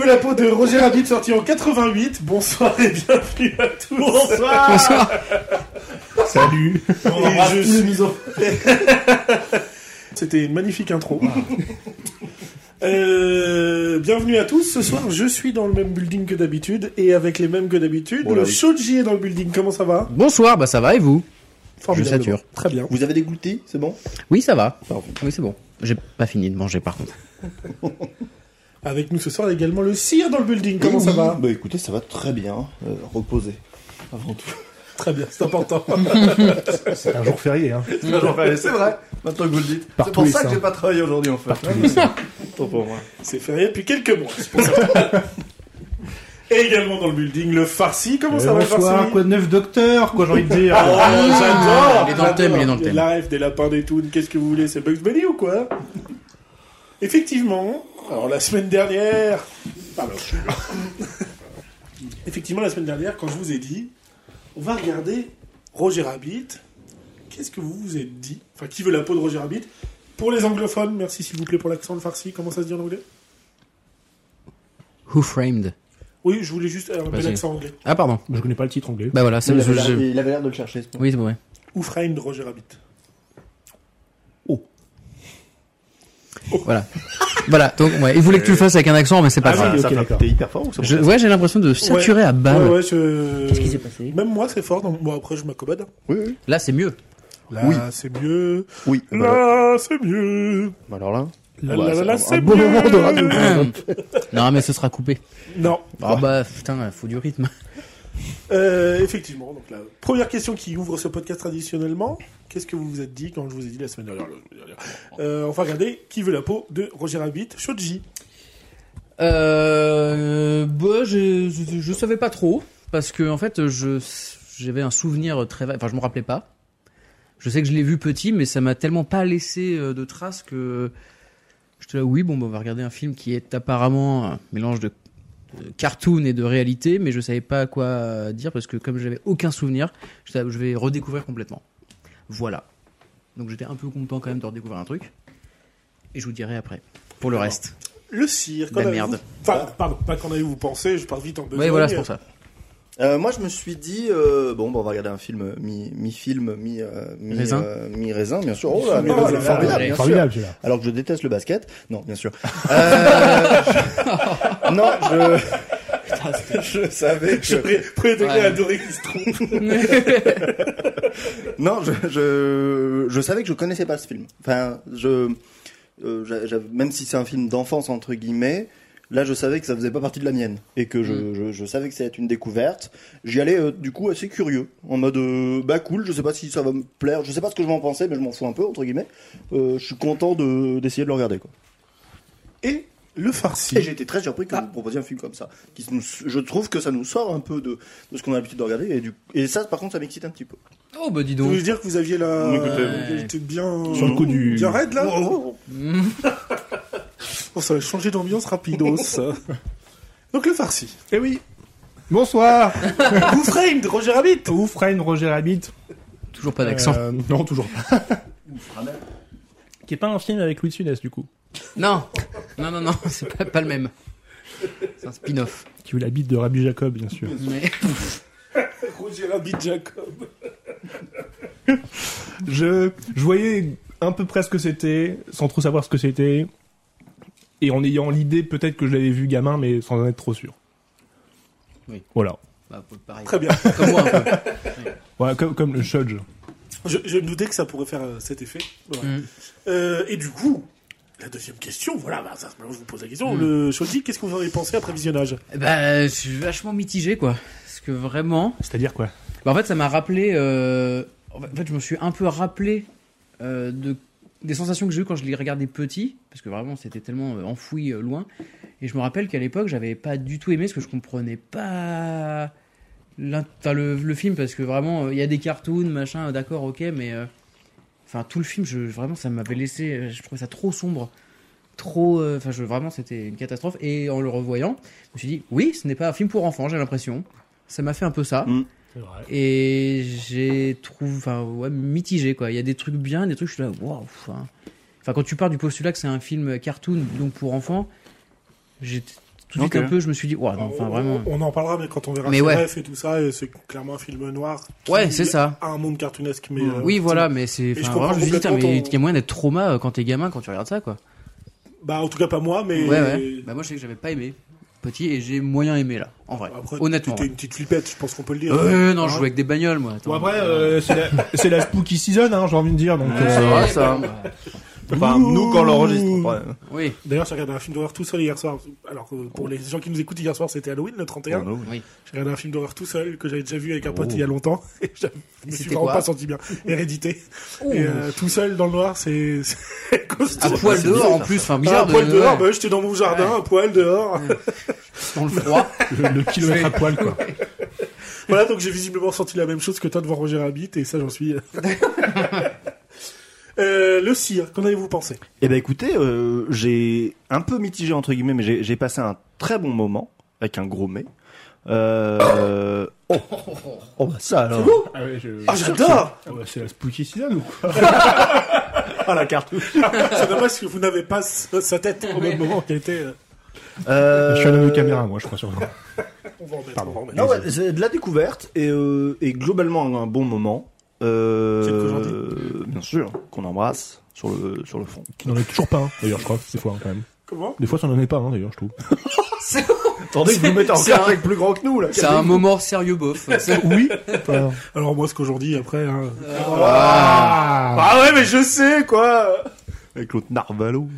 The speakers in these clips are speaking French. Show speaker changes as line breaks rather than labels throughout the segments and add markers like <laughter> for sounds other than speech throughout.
peu la peau de Roger Rabbit sorti en 88. Bonsoir et bienvenue à tous. Bonsoir.
Bonsoir. Salut.
On embrasse tous les C'était une magnifique intro. Euh, bienvenue à tous. Ce soir, je suis dans le même building que d'habitude et avec les mêmes que d'habitude.
bah
le Shoji est dans le building. Comment ça va
Bonsoir, bah ça va et vous
Formidablement.
sature.
Très bien.
Vous avez dégluté, c'est bon
Oui, ça va. Oui, c'est bon. J'ai pas fini de manger par contre.
Avec nous ce soir également le Sire dans le building. Comment ça
Oui,
va
Bah écoutez, ça va très bien. euh, reposé, avant tout. <laughs>
Très bien, c'est important.
C'est un jour férié. Hein.
c'est vrai, maintenant que vous le dites.
Par
C'est
tous
pour
les
ça que
seins.
j'ai pas travaillé aujourd'hui en fait. <laughs> Tant pour moi.
c'est férié depuis quelques mois. c'est pour ça.
<laughs>
et également dans le building le Farsi. Comment ça va le Farsi
Euh, Bonsoir, quoi de neuf docteur, quoi j'ai envie de dire.
Oh, j'adore
Ah, Il est dans le thème, il est dans le
Des
thème.
lives, des lapins, des toons, qu'est-ce que vous voulez C'est Bugs Bunny ou quoi Effectivement, alors la semaine dernière... Pardon. Effectivement, la semaine dernière, quand je vous ai dit, on va regarder Roger Rabbit, qu'est-ce que vous vous êtes dit Enfin, qui veut la peau de Roger Rabbit Pour les anglophones, merci s'il vous plaît pour l'accent, le farci, comment ça se dit en anglais
Who framed
Oui, je voulais juste euh,
Vas-y.
l'accent anglais.
Ah pardon.
Je connais pas le titre anglais.
Bah voilà, c'est
Il
le
avait l'air-
jeu.
il avait l'air de le chercher. ce point.
Oui, c'est vrai.
Ou frame de Roger Rabbit.
Voilà. voilà. Donc ouais, il voulait que tu le fasses avec un accent, mais c'est pas
Ah
grave.
oui,
ça
ok,
fait-
d'accord.
T'es hyper fort ou ça
Je- ouais, j'ai l'impression de saturer à balle.
Ouais, ouais, je...
Qu'est-ce qui s'est passé
Même moi, c'est fort, donc moi, après, je m'accommode.
Oui, oui.
Là, c'est mieux.
Là,
Oui.
c'est mieux.
Oui. Voilà.
Là, c'est mieux.
Bah alors là.
Là,
Ouais,
là,
c'est
là, là,
un-
c'est
un bon
mieux.
moment de radio.
<coughs> non, mais ce sera coupé.
Non.
Ah bah putain, faut du rythme.
Euh, effectivement, donc la première question qui ouvre ce podcast traditionnellement, qu'est-ce que vous vous êtes dit quand je vous ai dit la semaine dernière, la semaine dernière Euh, On va regarder qui veut la peau de Roger Rabbit, Shoji.
Euh, bah, je, je, je savais pas trop parce que en fait, je j'avais un souvenir très vague. Enfin, je me rappelais pas. Je sais que je l'ai vu petit, mais ça m'a tellement pas laissé euh, de traces que j'étais là. Oui, bon, bah, on va regarder un film qui est apparemment un mélange de, de cartoon et de réalité, mais je savais pas quoi euh, dire parce que comme j'avais aucun souvenir, j'étais là, je vais redécouvrir complètement. Voilà. Donc j'étais un peu content quand même de redécouvrir un truc. Et je vous dirai après. Pour le reste.
Le cire,
La
qu'en avez-vous
merde.
Enfin, pardon, pas qu'en avez-vous pensé, je pars vite en besogne.
Oui, voilà, c'est pour ça.
Euh, moi, je me suis dit, euh, bon, bah, on va regarder un film euh, mi- mi-film, mi, euh, mi,
Raisin.
euh, mi-raisin, bien sûr. Oh là, mais
Oh
là,
là là,
formidable,
ouais.
bien sûr.
Formidable celui-là.
Alors que je déteste le basket. Non, bien <laughs> sûr. Euh, <laughs> je- Non, je... je savais
Je
que...
pré- pré-
Ouais.
adoré qui se trompe.
Non, je, je, je savais que je connaissais pas ce film. Enfin, je... euh, j'a- j'a- même si c'est un film d'enfance, entre guillemets, là, je savais que ça faisait pas partie de la mienne. Et que je, je, je savais que ça allait être une découverte. J'y allais, euh, du coup, assez curieux. En mode, euh, bah cool, je sais pas si ça va me plaire. Je sais pas ce que je m'en pensais, mais je m'en fous un peu, entre guillemets. Euh, je suis content de- d'essayer de le regarder, quoi.
Et le farci.
Et Ah. j'ai été très surpris que vous proposiez un film comme ça. Qui nous- je trouve que ça nous sort un peu de, de ce qu'on a l'habitude de regarder. Et, du, et ça, par contre, ça m'excite un petit peu.
<laughs> Oh bah dis
Vous
donc.
voulez dire que vous aviez la...
Oui, écoutez.
vous étiez bien...
Sur le coup du-
Bien raide, là
Oh,
<laughs> Oh, ça a changé d'ambiance <laughs> rapidos. Donc le farci.
Eh oui. Bonsoir.
<laughs> Vous framed, Roger Rabbit
Ouf, Ryan, Roger Rabbit.
Toujours pas d'accent.
Euh, non, toujours pas. Qui est pas un film avec Louis de Funès, du coup.
Non, non, non, non, c'est pas, pas le même. C'est un spin-off.
Qui veut la bite de Rabbi Jacob, bien sûr.
Mais...
Roger Rabbit Jacob.
Je, je voyais un peu près ce que c'était, sans trop savoir ce que c'était. Et en ayant l'idée, peut-être que je l'avais vu gamin, mais sans en être trop sûr.
Oui.
Voilà.
Bah, pareil.
Très bien.
Comme moi un peu.
Voilà, comme, comme le Shudge.
Je, je me doutais que ça pourrait faire euh, cet effet. Ouais.
Mm.
Euh, et du coup, la deuxième question, voilà, bah, ça, maintenant, je vous pose la question.
Mm.
Le Shoji, qu'est-ce que vous en avez pensé après visionnage
Bah, je suis vachement mitigé quoi. Parce que vraiment.
C'est-à-dire quoi
Bah, en fait, ça m'a rappelé. euh, En fait, je me suis un peu rappelé euh, de... des sensations que j'ai eues quand je les regardais petit. Parce que vraiment, c'était tellement euh, enfoui euh, loin. Et je me rappelle qu'à l'époque, j'avais pas du tout aimé parce que je comprenais pas l'in- enfin, le, le film parce que vraiment, euh, il y a des cartoons, machin, euh, d'accord, ok, mais euh, enfin tout le film, je, vraiment, ça m'avait laissé, euh, je trouvais ça trop sombre, trop, euh, enfin, je vraiment, c'était une catastrophe. Et en le revoyant, je me suis dit, oui, ce n'est pas un film pour enfants, j'ai l'impression. Ça m'a fait un peu ça.
Mm.
C'est vrai.
Et j'ai trouvé, enfin, ouais, mitigé quoi. Il y a des trucs bien, des trucs, je suis là, waouh. Enfin, Enfin, quand tu pars du postulat que c'est un film cartoon, donc pour enfants, j'ai tout de suite
Ok.
un peu, je me suis dit, ouais, non, enfin
on,
vraiment.
on en parlera, mais quand on verra
Mais
ses
ouais.
refs et tout ça, et c'est clairement un film noir. qui
Ouais, c'est ça. Mm.
A un monde cartoonesque, mais. euh,
Oui, voilà, mais c'est.
je
enfin,
comprends
vraiment, Je me suis dit, putain,
complètement
mais
ton-
il y a moyen d'être trauma euh, quand t'es gamin quand tu regardes ça, quoi.
Bah, en tout cas, pas moi, mais.
Ouais, ouais. Bah, moi, je sais que j'avais pas aimé petit et j'ai moyen aimé là, en vrai.
Après,
Honnêtement.
T'étais
ouais.
une petite flippette, je pense qu'on peut le dire.
Euh, non, je jouais avec des bagnoles, moi. attends.
Bon après, euh, c'est la, c'est la spooky season, hein, j'ai envie de dire. Donc,
Ouais,
euh,
va, ça.
bah,
Enfin, nous, quand on l'enregistre. enfin,
Oui,
D'ailleurs, j'ai regardé un film d'horreur tout seul hier soir. Alors que pour les gens qui nous écoutent, hier soir, c'était Halloween le 31.
on ouvre.
oui.
J'ai regardé un film d'horreur tout seul que j'avais déjà vu avec un
Oh.
pote il y a longtemps. <laughs> Et je me suis
c'était
vraiment
quoi Oh.
pas senti bien. Hérédité. Et euh, tout seul dans le noir, c'est <laughs> c'est costaud.
À poil
c'est
dehors
bizarre,
en
ça.
plus, enfin
Ah,
bizarre.
à poil
de-
dehors,
ouais,
bah, j'étais dans mon jardin, à poil dehors.
Dans
<laughs>
le froid.
le, le kilomètre à poil, quoi.
voilà, donc j'ai visiblement senti la même chose que toi devant Roger Rabbit, et ça, j'en suis. Euh, le cire, qu'en avez-vous pensé
Eh ben écoutez, euh, j'ai un peu mitigé entre guillemets, mais j'ai- j'ai passé un très bon moment avec un gros mais. Euh, oh. oh, bah ça alors.
Ah ouais, je-
Ah, j'adore
Ah ouais, c'est la spooky season ou quoi
Ah la cartouche.
C'est dommage que vous n'avez pas sa sa tête au même moment qu'elle était. euh,
Euh,
Je suis un homme de caméra, moi, je crois surtout.
On va en mettre,
Pardon.
on va en mettre.
Non, ouais, c'est de la découverte et, euh, et globalement un, un bon moment. Euh,
C'est le Cogentin.
euh, bien sûr, qu'on embrasse sur le sur le fond.
Qui n'en est toujours pas, hein, d'ailleurs, je crois, des fois, hein, quand même.
Comment
Des fois, ça n'en est pas, hein, d'ailleurs, je trouve.
Attendez,
que vous me mettez en C'est- c'est garde un-
avec plus grand que nous là.
C'est un moment sérieux,
<laughs>
bof. C'est-
<laughs> Oui enfin,
Alors moi, ce qu'aujourd'hui, après... hein.
ah,
Ah ouais, mais je sais, quoi
Avec l'autre narvalo.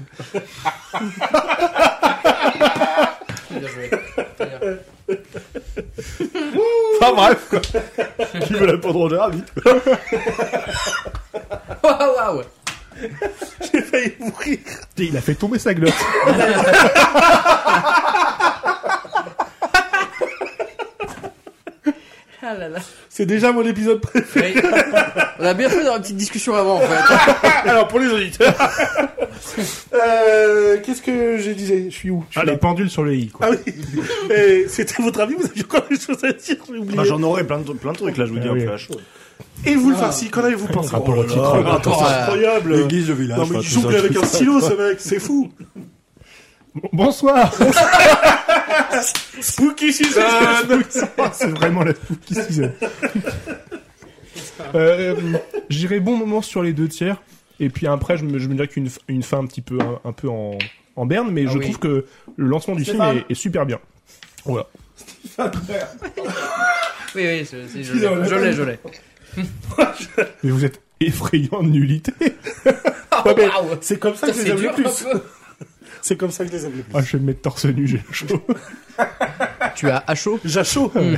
Enfin bref. Quoi. <laughs> Qui veut la poudre au Gérard, vite.
Waouh, waouh.
J'ai failli mourir
Il a fait tomber sa glotte.
Ah là là.
C'est déjà mon épisode préféré.
Oui. On a bien fait dans la petite discussion avant, en
<laughs>
fait.
Alors, pour les auditeurs... euh, Qu'est-ce que je disais Je suis où Je suis
Ah,
là.
les pendules sur le i, quoi.
Ah oui
<laughs>
Et C'était votre avis, vous avez encore des choses à dire, j'ai oublié.
Bah, J'en aurais plein de, plein de trucs là, je vous
Ah
dis un
oui.
peu à chaud.
Et vous, le farci, qu'en avez-vous pensé
Ah.
Oh
Rapport au titre.
là là,
Rapport
c'est
à-
incroyable
de
Non mais il jongle avec un <laughs> stylo, ce mec, c'est fou
Bonsoir <laughs>
Spooky Season
C'est vraiment la spooky season. Euh, J'irai bon moment sur les deux tiers. Et puis après, je me, je me dirais qu'une f- une fin un petit peu, un, un peu en, en berne, mais
Ah
je
oui.
trouve que le lancement du film est, est super bien. Voilà.
Oui, oui, c'est- c'est- je l'ai, je l'ai, je l'ai.
Mais vous êtes effrayant de nullité.
<laughs> Ouais, mais
Waouh.
C'est comme ça que je les
C'est
aime le
dur, hein.
plus
un peu.
C'est comme ça que je les aime le plus
Ah, je vais me mettre torse nu, j'ai chaud.
Tu as à chaud
J'achot
Hmm.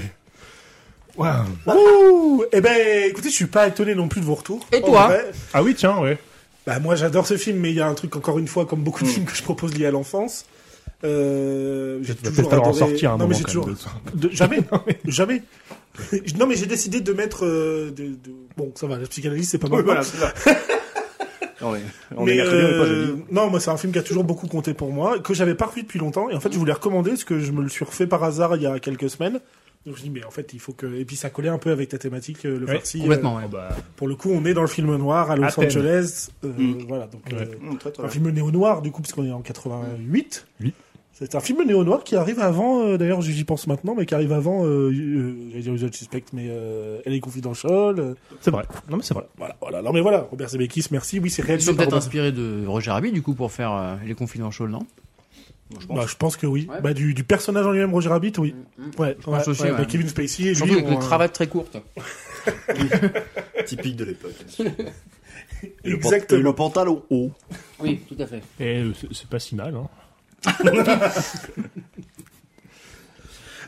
Waouh.
Ouh Eh ben, écoutez, je suis pas étonné non plus de vos retours.
Et
En
toi
vrai.
Ah oui, tiens, ouais.
Bah moi, j'adore ce film, mais il y a un truc encore une fois, comme beaucoup de
Hmm.
films que je propose liés à l'enfance. Euh, j'ai
Il va
toujours
peut-être falloir en
adoré-
sortir à un
non,
moment
mais j'ai
quand
toujours...
même de ça.
de-
<laughs>
Jamais, jamais. <laughs> non mais j'ai décidé de mettre... euh, de- de- Bon, ça va, la psychanalyse, c'est pas mal.
voilà, c'est ça. Non, mais, on
Mais,
est mercredi, on est pas
euh,
jeudi.
Non, moi, c'est un film qui a toujours beaucoup compté pour moi, que j'avais pas revu depuis longtemps. Et en fait, je voulais recommander parce que je me le suis refait par hasard il y a quelques semaines. Donc, je dis, mais en fait, il faut que. Et puis, ça collait un peu avec ta thématique, euh, le
Ouais,
farci.
Complètement,
Ah
ouais.
bah,
euh, pour le coup, on est dans le film noir à Los
À peine.
Angeles. euh,
Mm.
Voilà. Donc,
Ouais.
euh,
Mmh, très, très
un
bien.
film néo-noir, du coup, parce qu'on est en 88.
Oui.
C'est un film néo-noir qui arrive avant, euh, d'ailleurs, j'y pense maintenant, mais qui arrive avant, euh, euh, j'allais dire Usual Suspect, mais euh, Elle est Confidential. euh,
C'est vrai. Non, mais c'est vrai.
voilà, voilà. Non, mais voilà, Robert Zemeckis, merci. Oui, c'est
Ils
réalisé
sont
par
peut-être
Robert
inspirés de Roger Rabbit, du coup, pour faire euh, les confidentials, non
Bon, je pense.
Bah, je pense que oui.
Ouais.
Bah, du, du personnage en lui-même, Roger Rabbit, oui. Ouais, je
pense aussi, ouais.
Kevin Spacey et
Surtout
lui,
avec
ont
une
un-
cravate très courte.
typique de <laughs> l'époque. Et le pan- et
Exactement.
Le pantalon haut.
Oui, tout à fait.
Et euh, c'est- c'est pas si mal, hein.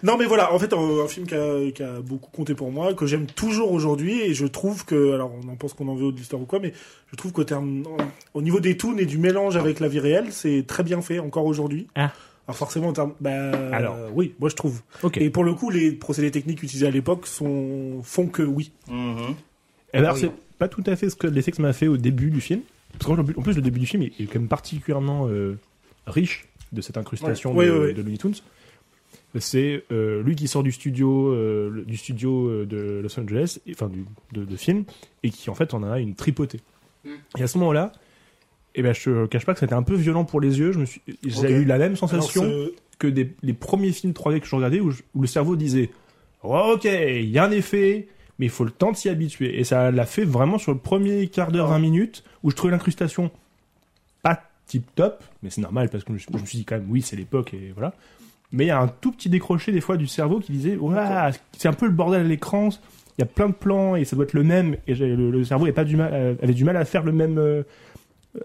Non, mais voilà, en fait, un, un film qui a, qui a beaucoup compté pour moi, que j'aime toujours aujourd'hui, et je trouve que, alors, on en pense qu'on en veut de l'histoire ou quoi, mais je trouve qu'au terme, au niveau des toons et du mélange avec la vie réelle, c'est très bien fait encore aujourd'hui.
Ah.
Alors forcément, en termes, bah,
Alors.
euh, oui, moi je trouve.
Ok. Eh
Et pour le coup, les procédés techniques utilisés à l'époque sont font que oui.
Mhm.
Eh ben, alors,
Oui.
c'est pas tout à fait ce que les sexes m'a fait au début du film. Parce qu'en plus- en plus, le début du film est est quand même particulièrement euh, riche de cette incrustation
Ouais.
de,
Ouais, ouais, ouais.
de Looney Tunes. C'est euh, lui qui sort du studio, euh, le- du studio euh, de Los Angeles, et- enfin du, de, de film, et qui en fait en a une tripotée.
Hmm.
Et à ce moment-là, eh ben, je te cache pas que c'était un peu violent pour les yeux. Je me suis- J'ai
Ok.
eu la même
Alors,
sensation.
ce-
que des, les premiers films 3D que je regardais où, je- où le cerveau disait Oh, Ok, il y a un effet, mais il faut le temps de s'y habituer. Et ça l'a fait vraiment sur le premier quart d'heure, 20 minutes, où je trouvais l'incrustation pas tip top, mais c'est normal parce que je, je me suis dit quand même Oui, c'est l'époque et voilà. Mais il y a un tout petit décroché des fois du cerveau qui disait Ouah, C'est un peu le bordel à l'écran, il y a plein de plans et ça doit être le même. Et j'ai- le, le cerveau est pas du mal, euh, avait du mal à faire le même. euh,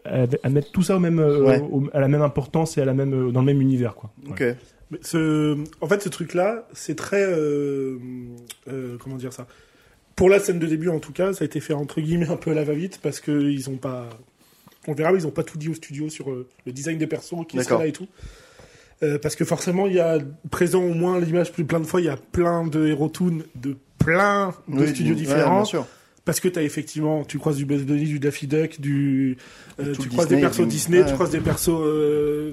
à, à mettre tout ça au même, euh,
Ouais.
au- à la même importance et à la même, euh, dans le même univers. Quoi.
Ok.
Ouais.
Mais ce... En fait, ce truc-là, c'est très. euh, euh, comment dire ça Pour la scène de début, en tout cas, ça a été fait entre guillemets un peu à la va-vite parce qu'ils ont pas. On verra, mais ils ont pas tout dit au studio sur euh, le design des persos qui seraient
D'accord.
là et tout. Euh, parce que forcément, il y a présent au moins l'image plus plein de fois, il y a plein de Hero Toon de plein de
Oui,
studios
ouais,
différents.
bien sûr.
Parce que t'as effectivement, tu croises du Bugs Bunny, du Daffy Duck, du, euh,
Tout
tu
le
croises des
Disney,
persos
du-
Disney, tu
ouais.
croises des persos euh,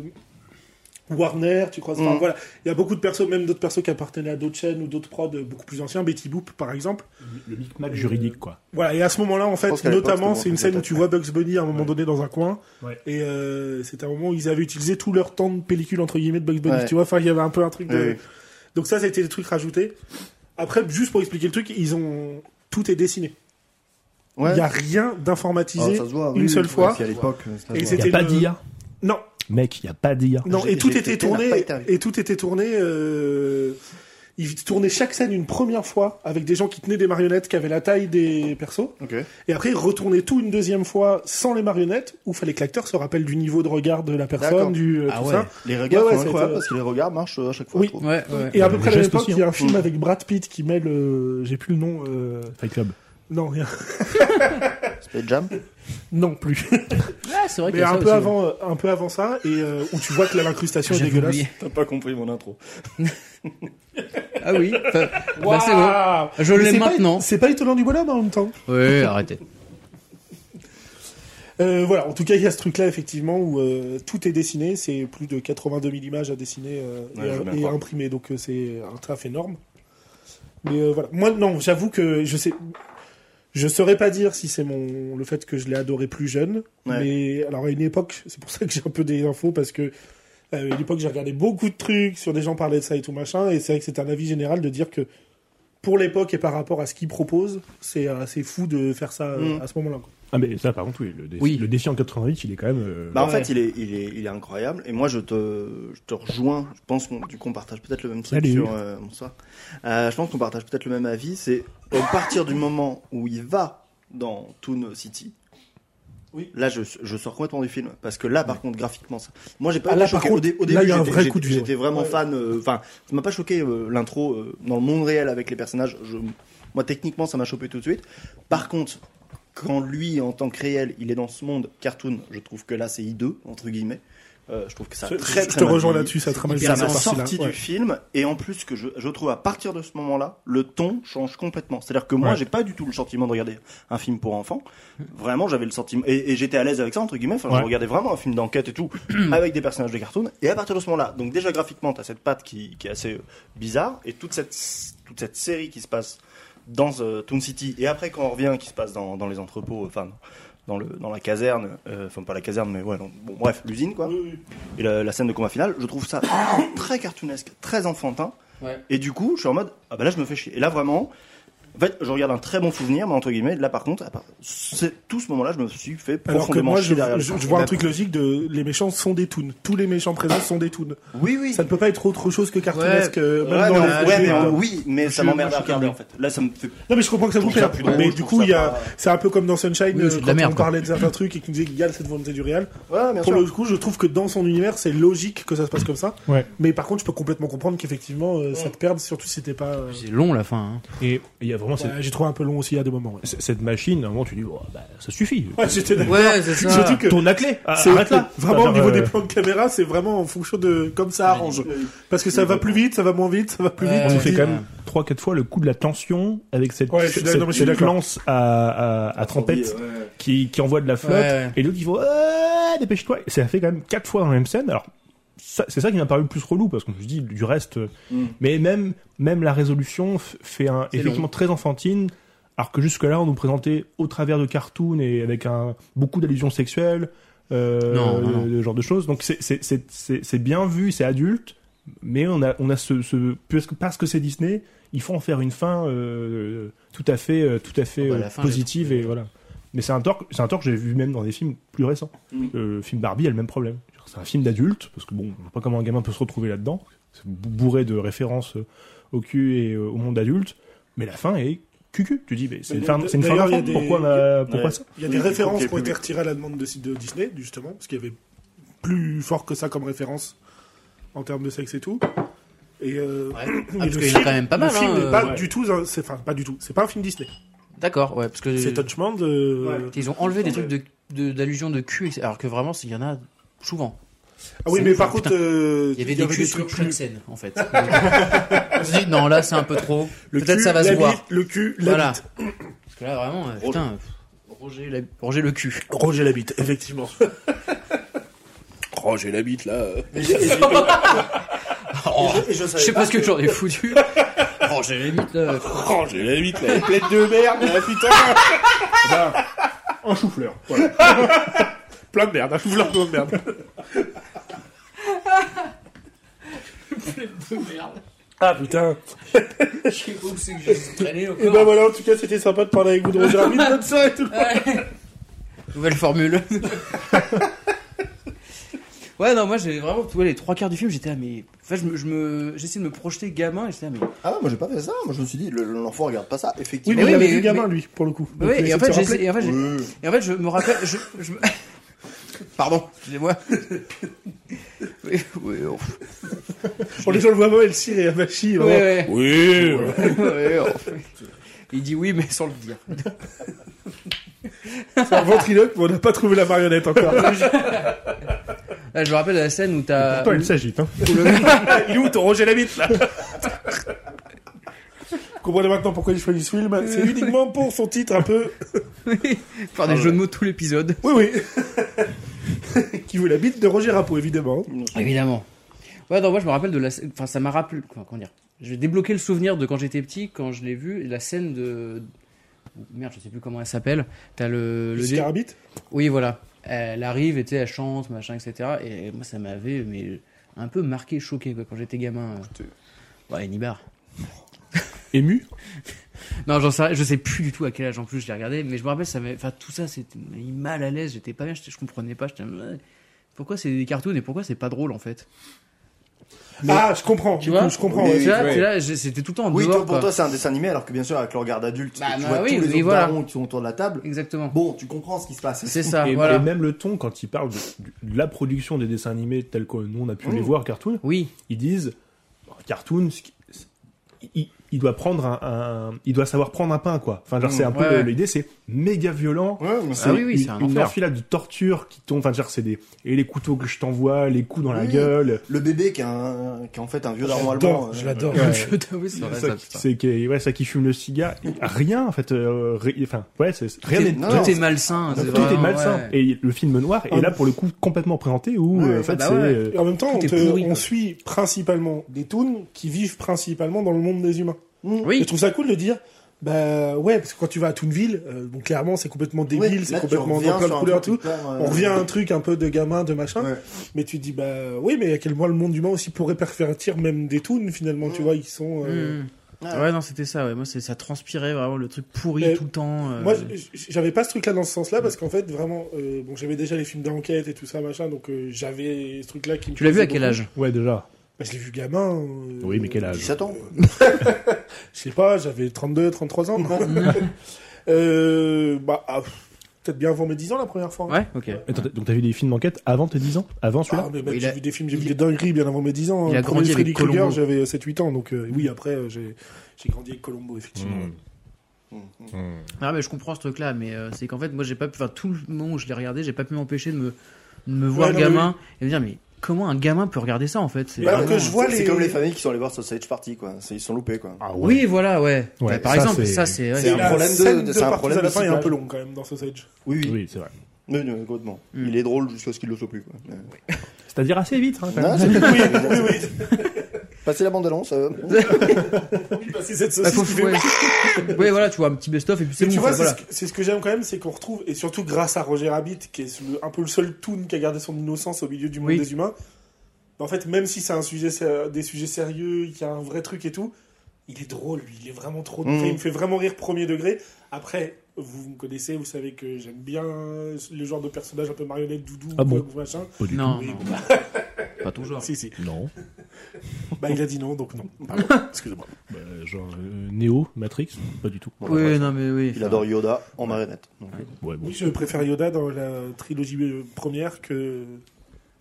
Warner, tu croises. enfin,
Mm.
voilà, il y a beaucoup de persos, même d'autres persos qui appartenaient à d'autres chaînes ou d'autres prods euh, beaucoup plus anciens, Betty Boop par exemple.
Le micmac juridique, quoi.
Voilà, et à ce moment-là, en fait,
pense qu'à l'époque,
notamment,
c'était
c'est une
vraiment
scène où
peut-être,
tu vois Bugs Bunny à un moment
Ouais.
donné dans un coin,
Ouais.
et euh, c'était un moment où ils avaient utilisé tout leur temps de pellicule entre guillemets de Bugs Bunny.
Ouais.
Tu vois, enfin, il y avait un peu un truc de.
Oui, oui.
Donc ça, c'était des trucs rajoutés. Après, juste pour expliquer le truc, ils ont tout est dessiné. Il
Ouais.
n'y a rien
Ah,
d'informatisé.
ça se voit,
une seule
ouais,
fois.
puis à l'époque, ça se
Et
voit.
Il n'y
C'était
a pas
le-
d'IA.
Non,
Mec, il n'y a pas d'IA.
Non,
J'ai-
et tout
j'ai
était
été n'a pas
tourné,
été arrivé.
et tout était tourné, euh, ils tournaient chaque scène une première fois avec des gens qui tenaient des marionnettes qui avaient la taille des persos,
Ok.
et après ils retournaient tout une deuxième fois sans les marionnettes, où fallait que l'acteur se rappelle du niveau de regard de la
D'accord.
personne, du euh,
Ah
tout
ouais.
ça.
Les regards
Ouais, ouais,
sont
ça a
incroyables
été-
parce que les regards marchent euh, à chaque fois.
Oui.
je trouve.
Ouais, ouais.
Et à peu
Les
près à la même
gestes
époque,
aussi,
il y a
hein.
un
Mm.
film avec Brad Pitt qui mêle, euh, j'ai plus le nom, euh,
Fight Club.
non rien, <laughs>
Space Jam.
non plus.
Ah, c'est vrai
Mais
qu'il y a ça
un peu
aussi.
avant, euh, un peu avant ça, et euh, où tu vois que l'incrustation est
J'avais
dégueulasse.
oublié.
T'as pas compris mon intro.
Ah oui.
<laughs>
Enfin, bah, c'est bon.
Waouh
Je
Mais
l'ai
c'est pas-
maintenant.
C'est pas étonnant du bonhomme en même temps.
Oui, arrêtez.
Euh, voilà, en tout cas, il y a ce truc-là, effectivement, où euh, tout est dessiné. C'est plus de 82 000 images à dessiner euh,
Ouais, je veux bien
et, et à
croire.
imprimer. Donc, euh, c'est un taf énorme. Mais euh, voilà. Moi, non, j'avoue que je sais. Je saurais pas dire si c'est mon le fait que je l'ai adoré plus jeune,
Ouais.
mais alors à une époque, c'est pour ça que j'ai un peu des infos parce que euh, à l'époque j'ai regardé beaucoup de trucs sur des gens parlaient de ça et tout machin et c'est vrai que c'est un avis général de dire que pour l'époque et par rapport à ce qu'ils proposent, c'est assez fou de faire ça euh,
Mm.
à ce moment-là. quoi.
Ah, mais ça, par contre, oui. Le, défi,
Oui.
le défi en 88, il est quand même. euh,
Bah en
Ouais.
fait, il est, il est, il est incroyable. Et moi, je te, je te rejoins. Je pense qu'on, du coup, on partage peut-être le même truc
Salut.
sur. euh, bonsoir. Euh, je pense qu'on partage peut-être le même avis. C'est à partir du moment où il va dans Toon City.
Oui.
Là, je, je sors complètement du film parce que là, par contre, graphiquement, ça. Moi, j'ai pas.
Ah,
été
là,
choqué.
par contre,
au, dé- au
là, il y
début,
a un
j'étais,
vrai
j'étais-
coup de vieux,
j'étais vraiment
Ouais.
fan. euh, Enfin, ça m'a pas choqué euh, l'intro euh, dans le monde réel avec les personnages. Je, moi, techniquement, ça m'a chopé tout de suite. Par contre, quand lui, en tant que réel, il est dans ce monde cartoon, je trouve que là, c'est hideux, entre guillemets. Euh, je trouve que ça a
Je-
très,
je
très
te
mal
rejoins
vieilli.
là-dessus, ça a très mal
Et
vieilli, cette
Ça m'a
partie-là,
sorti
ouais.
du film, et en plus, que je, je trouve à partir de ce moment-là, le ton change complètement. C'est-à-dire que moi,
Ouais.
j'ai pas du tout le sentiment de regarder un film pour enfants. Vraiment, j'avais le sentiment, et, et j'étais à l'aise avec ça, entre guillemets. Enfin,
Ouais.
je regardais vraiment un film d'enquête
<clears throat>
et tout, avec des personnages de cartoon. Et à partir de ce moment-là, donc déjà graphiquement, t'as cette patte qui, qui est assez euh, bizarre, et toute cette, toute cette série qui se passe dans euh, Toon City, et après quand on revient, qui se passe dans, dans les entrepôts, euh, enfin dans, le, dans la caserne, euh, enfin pas la caserne, mais ouais, non, bon, bref, l'usine quoi, et la, la scène de combat final, je trouve ça <coughs> très cartoonesque, très enfantin,
Ouais.
et du coup je suis en mode, ah bah là je me fais chier, et là vraiment, en fait je regarde un très bon souvenir, mais entre guillemets, là par contre, à part- c'est- tout ce moment-là je me suis fait
Alors que
profondément
moi, je,
chier derrière. le
je-
crâne.
je vois un truc logique de les méchants sont des toons. Tous les méchants présents sont des toons.
Oui, oui.
Ça ne peut pas être autre chose que cartoonesque. euh, même
Ouais,
dans
mais
les-
en- ouais,
les-
mais en-
non.
oui, mais ça
je-
m'emmerde
je-
à regarder en fait. Là, ça me fait.
mais je comprends que ça vous
Je trouve
plaît.
ça plus drôle,
mais
je
du
trouve
coup,
ça
il y a,
pas-
c'est un peu comme dans Sunshine
Oui, c'est
euh,
de la
quand
merde,
on
quoi.
parlait de certains trucs et qui nous disait qu'il y a cette volonté du réel.
Ouais, bien
Pour
sûr.
le coup, je trouve que dans son univers, c'est logique que ça se passe comme ça.
Ouais.
Mais par contre, je peux complètement comprendre qu'effectivement, euh, ça te perde, surtout si t'es pas. euh,
C'est long la fin. hein.
Et il y a vraiment
ouais, J'ai trouvé un peu long aussi à des moments. ouais.
cette, cette machine. À un moment, tu dis, oh, bah, ça suffit.
Ouais, j'étais d'accord.
Ouais, c'est ça.
Surtout que
Tourne la clé. Ah,
C'est
Arrête là.
Vraiment, au
C'est-à-dire,
niveau
euh,
des plans de caméra, c'est vraiment en fonction de comme ça arrange. Parce que ça va plus vite, ça va moins vite, ça va plus
Ouais,
vite.
On
tu
nous
te
fait
dis,
quand même 3-4 fois le coup de la tension avec cette,
Ouais, je suis d'accord,
cette-
non, mais je suis
cette
d'accord. euh,
lance à, à, à trompette qui, qui envoie de la flotte
Ouais.
et l'autre il faut Ah, dépêche-toi. Et ça fait quand même 4 fois dans la même scène. Alors ça- c'est ça qui m'a paru le plus relou parce que je me suis dit du reste, euh,
Mm.
mais même même la résolution f- fait un
C'est
effectivement
long.
très enfantine. Alors que jusque là on nous présentait au travers de cartoons et avec un beaucoup d'allusions sexuelles, euh,
Non, non,
de-
non.
de ce genre de choses. Donc c'est- c'est- c'est c'est- c'est bien vu, c'est adulte. Mais on a, on a ce, ce- parce que- parce que c'est Disney, il faut en faire une fin euh, tout à fait, euh, tout à fait
Ah bah, la
euh,
fin,
positive
j'ai
et voilà. Mais c'est un tort, c'est un tort que j'ai vu même dans des films plus récents.
Mm.
Euh, Le film Barbie a le même problème. C'est un film d'adulte parce que bon, je vois pas comment un gamin peut se retrouver là-dedans. C'est bou- bourré de références euh, au cul et euh, au monde adulte. Mais la fin est cucu. Tu dis, mais c'est
Mais
une fin, c'est une fin
d'ailleurs, il y a des-
d'enfant. Pourquoi, on a- pourquoi
Ouais.
ça
Il y a
Oui,
des
du coup,
références
qui est
qui ont été
public.
retirées à la demande de, de Disney, justement, parce qu'il y avait plus fort que ça comme référence en termes de sexe et tout. Et, euh, <clears throat>
Ouais. Ah,
et
parce
le
qu'il y en a
film-
quand même pas mal,
Le film
hein,
n'est
euh,
pas
ouais.
du tout, un- c'est enfin pas du tout. C'est pas un film Disney.
D'accord, ouais, parce que
C'est Touchman. euh,
ils ont enlevé des
Attendez.
trucs de- de- d'allusion de, cul, etc. alors que vraiment, il y en a souvent.
Ah oui,
C'est-
mais par
putain.
contre, euh,
Il y avait des culs sur
trucs
chaque
plus.
scène, en fait. <laughs> Je me suis dit, non, là, c'est un peu trop.
Le
Peut-être
cul,
ça va se
la
voir.
bite, Le cul, la
Voilà.
bite.
Parce que là, vraiment, euh, putain, euh, Roger, la- Roger le cul.
Roger la bite, effectivement. Roger la bite, là. euh.
Et j'ai- et j'ai pas-
Oh,
et je
je
savais
sais
pas
pas ce que j'en ai foutu. Roger la bite, là.
Roger la bite, là, elle est pleine de merde, là, putain.
Un chou-fleur.
<laughs> plein de merde, hein, je vous plein de merde. Ah putain.
Je sais pas où c'est que j'ai traîné
Et ben voilà, en tout cas, c'était sympa de parler avec vous de Roger Rabbit, bonne soirée tout le monde.
Nouvelle formule. <laughs> ouais, non, moi j'ai vraiment. ouais, les trois quarts du film, j'étais à mais. Enfin, je me, je me- j'essayais de me projeter gamin et j'étais à mais.
Ah ouais, moi j'ai pas fait ça. Moi je me suis dit, le- l'enfant regarde pas ça.
Oui,
Effectivement.
mais
oui,
il avait
mais-
vu gamin,
mais-
lui, pour le coup. Donc,
Ouais,
essaie
et, en
de
fait,
se
j'essa-
rappeler.
et en fait, j'ai-
Oui.
et en fait, je me rappelle. Je, je me- <laughs> Pardon, excusez-moi. Oui, oui, oh.
Pour les gens le voient mal, elle cire et euh, elle machie.
Oui, oui.
Oui.
Oui, oh. Il dit oui, mais sans le dire.
C'est un ventriloque, mais on n'a pas trouvé la marionnette encore. <laughs>
Là, Ah, je me rappelle la scène où t'as.
Pourtant, il s'agite. Hein.
où le-
Il est où ton Roger la bite, là Vous Comprenez maintenant pourquoi j'ai choisi ce film. C'est uniquement pour son titre un peu.
<laughs> Faire des jeux de mots tout l'épisode.
Oui, oui. <laughs> Qui veut la bite de Roger Rapo, évidemment.
Évidemment. Ouais, non, moi je me rappelle de la scène- Enfin, ça m'a rappelé. Comment comment dire J'ai débloqué le souvenir de quand j'étais petit, quand je l'ai vu, et la scène de. Merde, je sais plus comment elle s'appelle. T'as le. le
Le Scarabit
Oui, voilà. Elle arrive, et tu sais, elle chante, machin, etc. Et moi, ça m'avait mais un peu marqué, choqué, quoi, quand j'étais gamin. euh. Ouais, Nibar.
Ému.
Non, j'en sais, je sais plus du tout à quel âge en plus je l'ai regardé, mais je me rappelle, ça m'avait- enfin, tout ça, c'était m'a mis mal à l'aise, j'étais pas bien, j'étais- je comprenais pas, j'étais, ouais, pourquoi c'est des cartoons et pourquoi c'est pas drôle en fait
Ah, je comprends.
Tu
Du
vois
coup, Je comprends.
Oui,
ouais.
Tu vois,
ouais.
t'es là, j'ai- c'était tout le temps en
Oui,
dehors.
toi, pour
quoi.
toi c'est un dessin animé, alors que bien sûr, avec le regard d'adulte,
Bah,
tu
bah,
vois
oui,
tous les
oui,
autres
voilà.
darons qui sont autour de la table.
Exactement.
Bon, tu comprends ce qui se passe.
C'est ça,
et,
Ah, voilà.
et même le ton, quand ils parlent de, de la production des dessins animés tels que nous on a pu les voir, cartoon,
Oui,
ils disent Bon, cartoon, ce qui- ce- il, il doit prendre un, un- il doit savoir prendre un pain quoi. Enfin, genre
Mm,
c'est un peu
ouais,
le-
ouais.
l'idée, c'est méga violent.
Ouais, mais c'est-
Ah oui, oui, c'est
une,
un
une
enfer.
enfilade de torture qui tombe. Enfin, genre c'est des et les couteaux que je t'envoie, les coups dans la
Oui.
gueule.
Le bébé qui est, un- qui est en fait un vieux daron allemand.
J'adore,
euh,
je l'adore.
Ouais.
<laughs> Je t'avoue, c'est vrai, ça,
Ça,
putain.
c'est qui, ouais, ça qui fume le cigare. Et Rien en fait. euh, ri- Enfin, ouais, c'est rien
Tout est-
n'est
non,
tout
non,
est malsain.
tout
c'est
est
vraiment,
malsain.
ouais.
Et le film noir est
Ah,
là pour le coup complètement présenté où
Ouais,
euh, en fait
bah
c'est
ouais.
euh,
Et en même temps, on,
Tout est
te-
pourri,
on
quoi.
suit principalement des toons qui vivent principalement dans le monde des humains. Et Je
Oui,
trouve ça cool de dire, bah ouais, parce que quand tu vas à Toonville, euh, bon, clairement, c'est complètement
ouais,
débile, c'est
là, tu
complètement
reviens
dans plein de
sur un
couleurs et
truc
tout.
hyper, euh,
On revient à un truc un peu de gamin, de machin,
Ouais.
mais tu te dis, bah oui, mais à quel point le monde humain aussi pourrait pervertir même des toons, finalement,
Mm.
tu vois, ils sont... euh,
Mmh. Ouais, non, c'était ça. Ouais. Moi, c'est- ça transpirait vraiment le truc pourri
Mais
tout le temps. euh,
Moi, j- j- j'avais pas ce truc-là dans ce sens-là, parce qu'en fait, vraiment, euh, bon, j'avais déjà les films d'enquête et tout ça, machin, donc euh, j'avais ce truc-là qui me...
Tu l'as vu à
plaisait
quel
beaucoup.
âge
ouais déjà.
bah, Je l'ai vu gamin. euh,
Oui, mais quel âge
17 ans.
Je sais pas, j'avais 32, 33 ans. <laughs> euh, bah, ah, pff, peut-être bien avant mes 10 ans la première fois. hein.
Ouais, ok.
Attends, donc t'as vu des films d'enquête avant tes 10 ans Avant
Ah,
celui-là
mais mec,
Il
j'ai
a-
vu des films, j'ai vu
il-
des dingueries bien avant mes 10 ans.
Il a
Le premier
grandi
Freddy
avec
Krueger,
Columbo.
j'avais 7-8 ans, donc euh, oui, après, euh, j'ai j'ai grandi avec Colombo,
Hmm.
Hmm.
effectivement.
Ah mais je comprends ce truc là mais euh, c'est qu'en fait moi j'ai pas pu enfin tout le moment où je l'ai regardé j'ai pas pu m'empêcher de me de me voir
non, mais
gamin et me dire mais comment un gamin peut regarder ça en fait c'est
Bah, alors
vraiment-
que je vois les.
C'est comme les familles qui sont allées voir Sausage Party, quoi. C'est- Ils sont loupés, quoi.
Ah ouais.
oui voilà ouais,
Ouais,
Bah, par
ça,
exemple
c'est-
ça c'est
c'est
ouais,
Et
c'est-
un
la
problème de-
scène
de-
de
c'est un
Partous
problème
à la
de
fin est un
ciblage.
peu long quand même dans Sausage.
Oui, oui.
Oui, c'est vrai.
Oui, oui, complètement.
Mm.
Il est drôle jusqu'à ce qu'il le soit plus, quoi. Ouais.
C'est-à-dire assez vite. Hein, quand même.
Non, c'est-
oui, oui, oui.
Passez la bande-annonce. euh,
Passer cette
Bah,
saucisse
faut-
qui fait-
ouais. Ouais, voilà tu vois un petit best of et puis c'est
Mais
bon
tu
quoi,
vois, c'est
voilà.
ce que- c'est ce que j'aime quand même, c'est qu'on retrouve, et surtout grâce à Roger Rabbit, qui est le- un peu le seul toon qui a gardé son innocence au milieu du monde
Oui.
des humains, en fait, même si c'est un sujet, sé- des sujets sérieux, qu'il y a un vrai truc et tout, il est drôle, lui. Il est vraiment trop
Mm.
drôle.
Mhm.
Il me fait vraiment rire premier degré. Après, vous me connaissez, vous savez que j'aime bien le genre de personnage un peu marionnette, doudou,
Ah bon
ou machin.
Non,
Oui.
non. pas ton genre.
Si, si.
Non.
Bah, il a dit non, donc non. Pardon. Excusez-moi.
Bah, genre euh, Neo, Matrix, pas du tout.
Voilà, bref.
Oui, non, mais oui.
Il adore Yoda en marionnette. Donc,
Ouais, bon.
Oui, je préfère Yoda dans la trilogie euh, première que.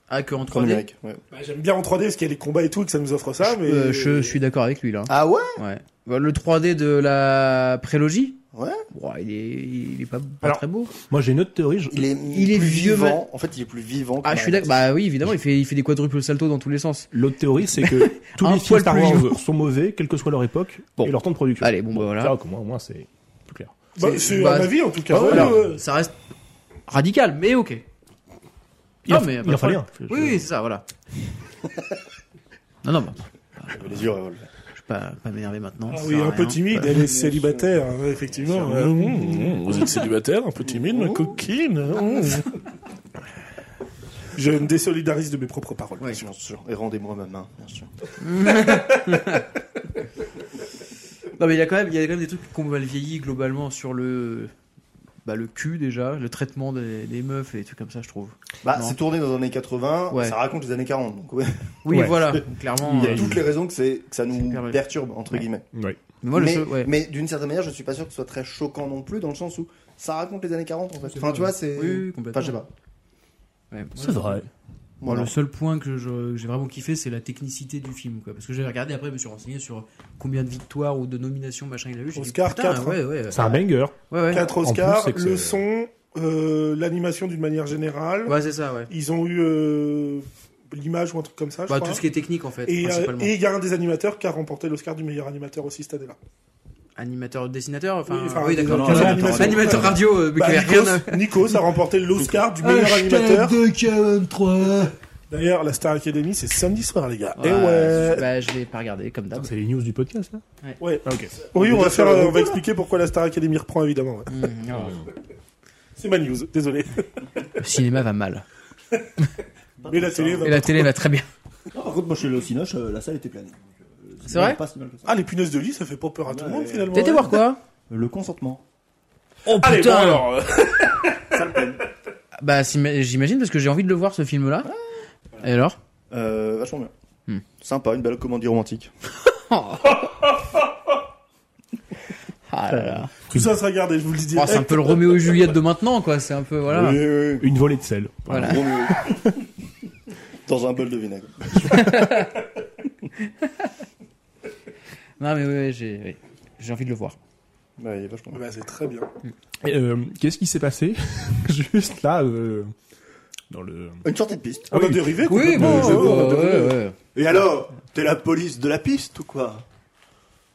Ah, que en
Trop
3D.
numérique. ouais.
Bah, j'aime bien en 3D parce qu'il y a les combats et tout et que ça nous offre ça, mais.
Euh, je suis d'accord avec lui là.
Ah ouais
Ouais. Bah, Le 3D de la prélogie.
Ouais.
Ouah, il est, il est pas, pas
Alors,
très beau.
Moi j'ai une autre théorie. je-
Il est,
Il est
plus
vieux,
vivant. En fait, il est plus vivant. que
Ah, je suis
marionnette.
d'accord. Bah oui, évidemment, il fait, il fait des quadruples salto dans tous les sens.
L'autre théorie c'est que
<laughs>
tous
Un
les films
poil
Star
plus
Wars
vivant.
sont mauvais, quelle que soit leur époque
Bon.
et leur temps de production.
Allez, bon, bah
Ça,
voilà.
au moins, au moins, c'est plus clair.
Bah,
c'est-
c'est
bah,
à ma vie en tout cas.
Ah ouais,
Ouais,
alors.
ouais.
Ça reste radical, mais ok.
Il
non,
en-
mais
il en fallait un.
Oui, oui, c'est ça, voilà. non, non, bon,
Il avait Les yeux revolvés.
je vais pas, pas m'énerver maintenant.
Ah
ça
oui,
sert à
un peu
rien.
timide, elle est célibataire, hein, effectivement.
Bien sûr.
Mmh, mmh, Vous êtes célibataire, un peu timide, ma coquine. hein. mmh. Je me désolidarise de mes propres paroles.
Ouais.
Bien sûr. Et rendez-moi ma main, bien sûr.
Non, mais il y a quand même, il y a quand même des trucs qu'on mal vieilli globalement sur le. Bah, le cul déjà, le traitement des, des meufs et des trucs comme ça, je trouve.
Bah,
Non.
c'est tourné dans les années 80.
Ouais.
Ça raconte les années 40. Donc, ouais.
Oui,
Ouais.
voilà, <laughs> clairement.
Il y
euh,
a une-
Toutes les raisons que, c'est- que ça
C'est
nous
hyper vrai.
perturbe, entre
Ouais.
guillemets.
Ouais.
mais moi, le
mais
seul- ouais.
mais d'une certaine manière, je suis pas sûr que ce soit très choquant non plus, dans le sens où ça raconte les années 40, en fait. Enfin, tu vois, c'est.
Oui, oui, complètement.
Enfin, je sais pas.
Ouais.
C'est vrai.
Moi,
Voilà.
le seul point que je- que j'ai vraiment kiffé, c'est la technicité du film. Quoi. Parce que j'ai regardé après, je me suis renseigné sur combien de victoires ou de nominations machin il a eu. J'ai dit,
Oscar,
putain,
quatre, hein.
Ouais, ouais,
C'est un banger.
ouais, ouais.
Quatre
plus,
Oscars,
c'est que
le
c'est-
son, euh, l'animation d'une manière générale.
Ouais, c'est ça, ouais.
Ils ont eu euh, l'image ou un truc comme ça, je
Bah,
crois.
tout ce qui est technique en fait,
Et euh,
principalement.
et il y a un des animateurs qui a remporté l'Oscar du meilleur animateur aussi cette année-là.
Animateur, dessinateur, enfin.
Oui, enfin,
oui, d'accord.
non,
Quel-
non,
animateur,
animation.
radio, euh, mais
Bah,
qui avait rien.
Nikos, Nikos a remporté l'Oscar du meilleur animateur.
243
D'ailleurs, la Star Academy, c'est samedi soir, les gars.
Eh
ouais,
Et ouais.
Bah, je l'ai pas regardé, comme d'hab.
C'est les news du podcast là
Ouais.
Ah, ok.
Oui, on va, faire, euh,
Voilà.
on va expliquer pourquoi la Star Academy reprend, évidemment. ouais.
Mmh, non.
C'est ma news, désolé.
Le cinéma va mal.
Mais la télé va
Et la
pas
télé va très bien.
Par contre, moi, chez le Cinoche, euh, la salle était pleine. Euh,
C'est vrai
Pas si mal que ça.
trop. Ah, les punaises de lit, ça fait pas peur à tout le
Ouais.
monde, finalement.
T'as été
ouais.
voir quoi
Le consentement.
Oh
Allez, bon,
putain
alors. euh,
Bah, s'ima- j'imagine parce que j'ai envie de le voir ce film là. Et alors
Euh, vachement bien.
Hmm.
Sympa, une belle comédie romantique.
Ah là là.
Tout ça, ça regardez, je vous le dis.
Oh, c'est un peu le Roméo et Juliette de maintenant, quoi. C'est un peu, voilà.
Oui, oui, oui.
Une volée de sel.
Voilà.
Bon, mais- <laughs> Dans un bol de vinaigre.
Non, mais ouais, ouais, j'ai oui. J'ai envie de le voir.
Ouais, il est vachement bien.
Bah, c'est très bien.
Et, euh, Qu'est-ce qui s'est passé <laughs> juste là euh, dans le
Une sortie de piste.
On
Ah,
oui.
a dérivé,
Oui,
complètement,
bon,
c'est bon, on a dérivé.
Et alors T'es la police de la piste ou quoi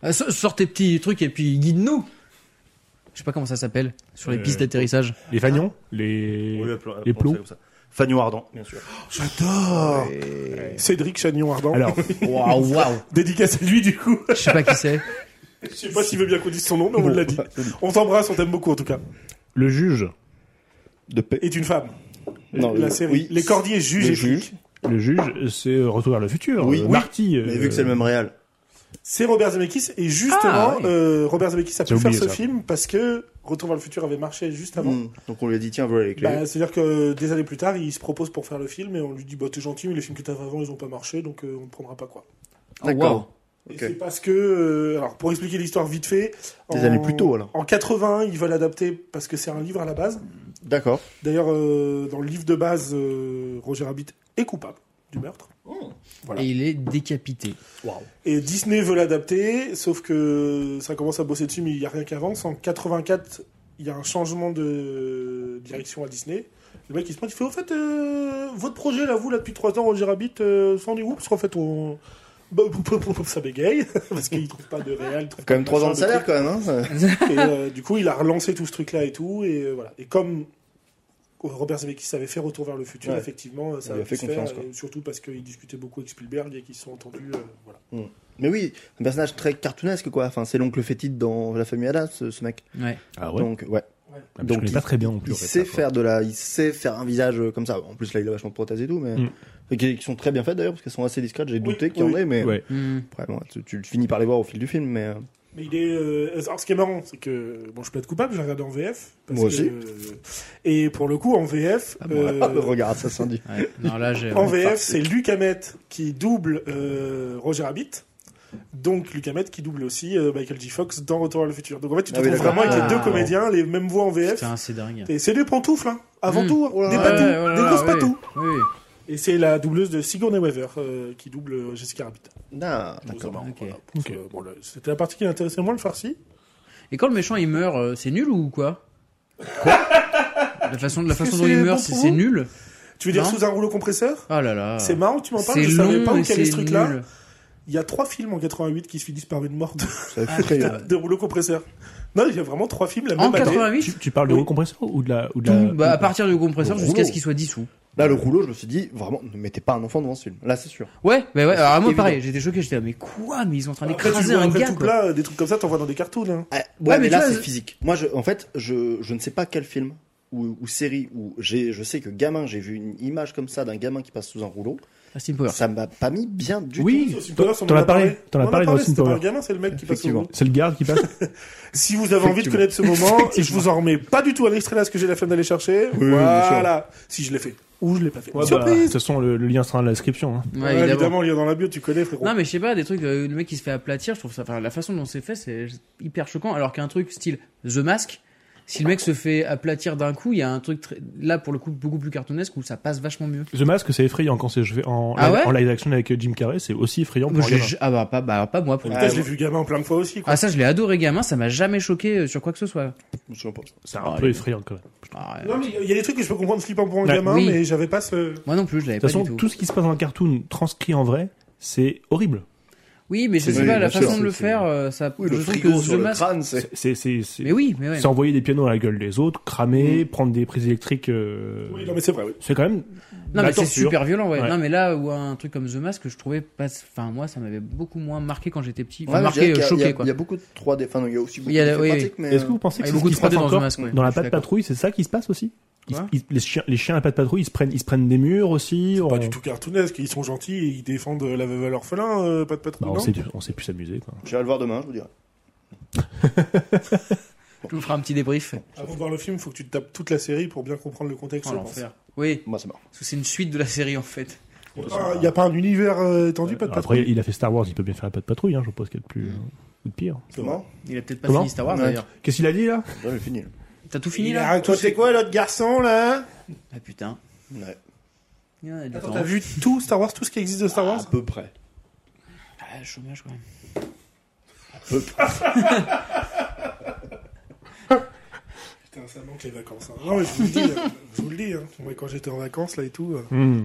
Euh, Sors tes petits trucs et puis guide-nous. Je sais pas comment ça s'appelle sur les
Euh,
pistes d'atterrissage.
les fagnons, les les plots.
Fagnon Ardent, bien sûr.
J'adore. Cédric Chagnon-Ardant.
Alors
<laughs> Waouh, waouh.
Dédicace à lui, du coup. <laughs>
Je sais pas qui c'est.
Je sais pas s'il veut bien qu'on dise son nom, mais on l'a dit. On t'embrasse, on t'aime beaucoup, en tout cas.
le juge,
De paix.
Est une femme.
Non,
la
le-
série.
oui.
Les Cordiers jugent
Le
et
juge.
flics.
le juge, c'est euh, Retour vers le futur.
Oui,
euh,
oui.
Marty.
Mais
euh,
vu que c'est le même réel.
C'est Robert Zemeckis et justement
Ah, oui.
euh, Robert Zemeckis a
J'ai
pu faire
oublié
ce
ça.
film parce que Retour vers le futur avait marché juste
Ah
avant.
Hmm. Donc on lui a dit tiens voilà les clés.
Bah, C'est-à-dire que des années plus tard, il se propose pour faire le film et on lui dit bah t'es gentil mais les films que t'as fait avant ils ont pas marché donc euh, on ne prendra pas quoi.
Oh,
D'accord.
Et
Ok.
c'est parce que euh, alors pour expliquer l'histoire vite fait.
Des
en-
années plus tôt, alors.
En 81, ils veulent adapter parce que c'est un livre à la base.
D'accord.
D'ailleurs, euh, dans le livre de base, euh, Roger Rabbit est coupable du meurtre. Voilà.
Et il est décapité.
Et Disney veut l'adapter, sauf que ça commence à bosser dessus, mais il n'y a rien qui avance. En 84, il y a un changement de direction à Disney. Le mec, il se pointe, il fait, au fait, euh, votre projet, là, vous, là, depuis trois ans, Roger Rabbit, euh, ça en est où Parce qu'en fait, on... bah, <laughs> Ça bégaye, <laughs> parce qu'il trouve pas de réel. il trouve
Quand même
pas
3 ans
machin,
de salaire quand même. Hein,
<laughs>
ça-
truc. Et euh, du coup, il a relancé tout ce truc-là et tout, et euh, voilà. Et comme Robert Zemeckis savait faire Retour vers le futur,
Ouais.
effectivement, euh, ça
lui a
pu
fait
se
confiance,
faire,
quoi.
et surtout parce qu'il discutait beaucoup avec Spielberg et qu'ils se sont entendus, euh, voilà.
Mais oui, un personnage très cartoonesque, quoi. Enfin, c'est l'oncle fétide dans La famille Adams, ce, ce mec.
Ouais.
euh,
Ah ouais.
Donc, ouais.
Ah, mais
donc,
je connais
il-
pas très bien non plus.
Il
en fait,
sait
ça,
faire de la, il sait faire un visage euh, comme ça. En plus, là, il a vachement de prothèses et tout, mais
Mm.
et qui, qui sont très bien faites d'ailleurs parce qu'elles sont assez discrètes. J'ai
Oui,
douté qu'il y en
oui.
ait, mais
Ouais.
Hmm.
après, bon, tu, tu finis par les voir au fil du film. Mais euh,
Mais il est. euh, Alors, ce qui est marrant, c'est que. Bon, je peux être coupable, j'ai regardé en VF. parce
Moi
que-
aussi. Ah,
Et pour le coup, en VF. euh,
<laughs> regarde, ça s'indique.
Ouais. Non, là, j'ai.
En
ouais.
VF, c'est Luc Hamet qui double euh, Roger Rabbit. Donc Luc Hamet qui double aussi euh, Michael J. Fox dans Retour vers le futur. Donc en fait, tu te
Ah oui,
retrouves
d'accord.
vraiment avec les
Ah.
deux comédiens, les mêmes voix en VF.
Putain, c'est dingue.
Et c'est des pantoufles, hein, avant
Mm.
tout, hein,
Oh là
des
là,
patous,
Ouais, voilà,
des grosses
oui.
patous.
Oui.
Et c'est la doubleuse de Sigourney Weaver euh, qui double euh, Jessica Rabbit.
Ah,
Donc,
d'accord.
c'est marrant,
ok.
voilà. Parce que, bon, le- C'était la partie qui intéressait moins le farci.
Et quand le méchant il meurt, euh, c'est nul ou quoi La façon, la
Est-ce que
façon dont
c'est
il meurt,
bon
c'est
pour
c'est
vous
nul.
Tu veux dire
Non.
sous un rouleau compresseur
Ah là là.
C'est marrant que tu m'en parles,
C'est
je savais
long
pas où
et
il y avait ce
c'est
truc-là.
nul.
Il y a trois films en 88 qui se finissent par une mort de, <laughs>
Ça effraie.
putain.
de rouleau compresseur. Non, il y a vraiment trois films la
En
même année.
Tu,
88,
tu parles de
Oui.
recompresseur ou de la. Ou de la
tout, bah, à partir du compresseur
le
jusqu'à
rouleau.
ce qu'il soit dissous.
Là, le rouleau, je me suis dit, vraiment, ne mettez pas un enfant devant ce film. Là, c'est sûr.
Ouais, mais ouais, alors à moi
évident.
pareil, j'étais choqué, j'étais là, mais quoi Mais ils sont en train
Après, tu
d'écraser
vois
un
après
gars
tout
quoi.
plat, euh, des trucs comme ça, t'en vois dans des cartoons. hein.
Ah, Ouais,
mais
mais,
tu
là,
vois,
c'est
je-
physique. Moi, je, en fait, je, je ne sais pas quel film ou, ou série ou j'ai, je sais que gamin, j'ai vu une image comme ça d'un gamin qui passe sous un rouleau.
Austin Powers.
Ça m'a pas mis bien du
Oui,
Austin Powers, on
t'en
en
as
a
parlé. T'en
On
as
en a
parlé dans Austin
c'était pas
Power.
le gamin, c'est le mec qui passe au
Effectivement.
bout.
C'est le garde qui passe.
Si vous avez envie de connaître ce
<laughs>
moment, et je vous en remets pas du tout à l'extrait là, ce que j'ai la flemme d'aller chercher.
Oui, oui,
voilà. Si je l'ai fait. Ou je l'ai pas fait.
Ouais, bah, De toute
Surprise
façon, le, le lien sera dans la description. hein.
Ouais,
Ouais, Évidemment,
évidemment.
il y a dans la bio, tu connais, frérot.
Non mais je sais pas, des trucs, euh, le mec qui se fait aplatir, je trouve ça, enfin la façon dont c'est fait c'est hyper choquant, alors qu'un truc style The Mask, si le mec se fait aplatir d'un coup, il y a un truc très- là pour le coup beaucoup plus cartoonesque où ça passe vachement mieux.
The Mask, c'est effrayant quand c'est joué en,
Ah ouais
en live action avec Jim Carrey, c'est aussi effrayant pour
Moi,
un
je l'ai
gamin.
j- ah bah pas, bah, pas moi pour le
Ah,
Putain,
coup.
je l'ai vu gamin plein de fois aussi. Quoi.
Ah ça je l'ai adoré gamin, ça m'a jamais choqué euh, sur quoi que ce soit.
Je me souviens pas.
C'est un
Ah,
peu
les-
effrayant quand même. De
Ah, euh,
Non, mais il y a des trucs que je peux comprendre flippant pour un
Ouais.
gamin,
Oui.
mais j'avais pas ce.
Moi non plus je l'avais
toute
pas
façon,
du tout.
tout ce qui se passe dans un cartoon transcrit en vrai, c'est horrible.
Oui mais je
C'est-
sais
oui,
pas la
bien
façon
sûr,
de le
c'est-
faire, euh, ça.
Oui,
je
le
trouve
frigo
que
sur
The
le
Mask-
crâne, c'est.
C'est, c'est, c'est-
Mais oui mais ouais.
S'envoyer des pianos à la gueule des autres, cramer, prendre des prises électriques. euh,
Oui, non, mais c'est vrai, oui.
C'est quand même.
Non
la
mais c'est
torture.
super violent ouais.
Ouais.
Non mais là où un truc comme The Mask que je trouvais pas, enfin moi ça m'avait beaucoup moins marqué quand j'étais petit, Enfin,
Ouais, mais je dirais qu'il y
marqué
a-
euh,
il y a-
choqué quoi.
Il y a beaucoup de 3D. Enfin, non, il y a aussi beaucoup
Il y a-
de
oui,
pratiques, mais.
Est-ce que
euh,
vous pensez
Ah,
que
il y a
c'est ce
beaucoup
qui
de
se passe
3D dans The
encore
Mask. Ouais.
dans la
Je suis
patte
d'accord.
patrouille C'est ça qui se passe aussi Ils-
Quoi
ils- les, chiens, les chiens à la patte patrouille, ils se prennent, ils se prennent des murs aussi. on...
Pas du tout cartoonesque, ils sont gentils et ils défendent la veuve à l'orphelin, euh, pas de patron.
Bah, on, sait, on sait plus s'amuser. quoi.
J'irai le voir demain, je vous dirai.
Je vous ferai un petit débrief.
Avant de voir le film, faut que tu te tapes toute la série pour bien comprendre le contexte.
Oh,
je pense.
l'enfer. Oui,
Moi, c'est marrant.
parce que c'est une suite de la série en fait.
Ah, Il n'y a pas un univers euh, étendu, pas de patron.
Après, il a fait Star Wars, il peut bien faire la patte patrouille, hein, je pense qu'il y a de plus. Ou de pire.
Mm. C'est
Comment
Il a peut-être pas
Comment
fini Star Wars
Ouais.
d'ailleurs.
Qu'est-ce qu'il a dit là
Là, j'ai fini. là.
T'as tout fini
Il
là
a un côté- C'est quoi l'autre garçon là
Ah putain.
Ouais.
Il y en a du
Attends,
temps.
t'as vu tout Star Wars, tout ce qui existe de Star
À
Wars
peu près.
Ah, chômage quoi.
peu
Putain, ça manque les vacances. hein. Non, mais je vous le dis, là, je vous le dis. hein. Moi, quand j'étais en vacances là et tout, euh,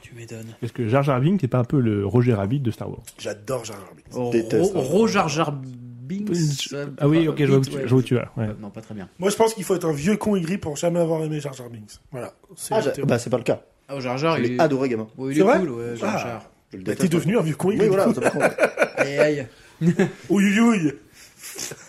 Tu m'étonnes.
Est-ce que Jar Jar Binks n'est pas un peu le Roger Rabbit de Star Wars
j'adore Jar Jar Binks.
Oh,
déteste,
Ro-
hein.
Ro Jar Jar Binks. euh,
Ah oui, ok, je vois où
Binks,
tu,
ouais.
je vois où tu vas. ouais.
Euh, Non, pas très bien.
Moi, je pense qu'il faut être un vieux con aigri pour jamais avoir aimé Jar Jar Binks. Voilà. C'est
Ah,
la
j'ai-
théorie.
bah, c'est pas le cas.
Ah, oh, Jar Jar,
Je
il
l'ai
est.
adoré, gamin.
Ouais, il
C'est
est
vrai
cool, ouais, Jar
Ah.
Jar.
Je le
Bah,
déteste.
T'es devenu un vieux con aigri.
Oui,
du
voilà.
coup.
ça, par contre, ouais.
Aïe aïe.
Ouille, ouille, ouille. <laughs>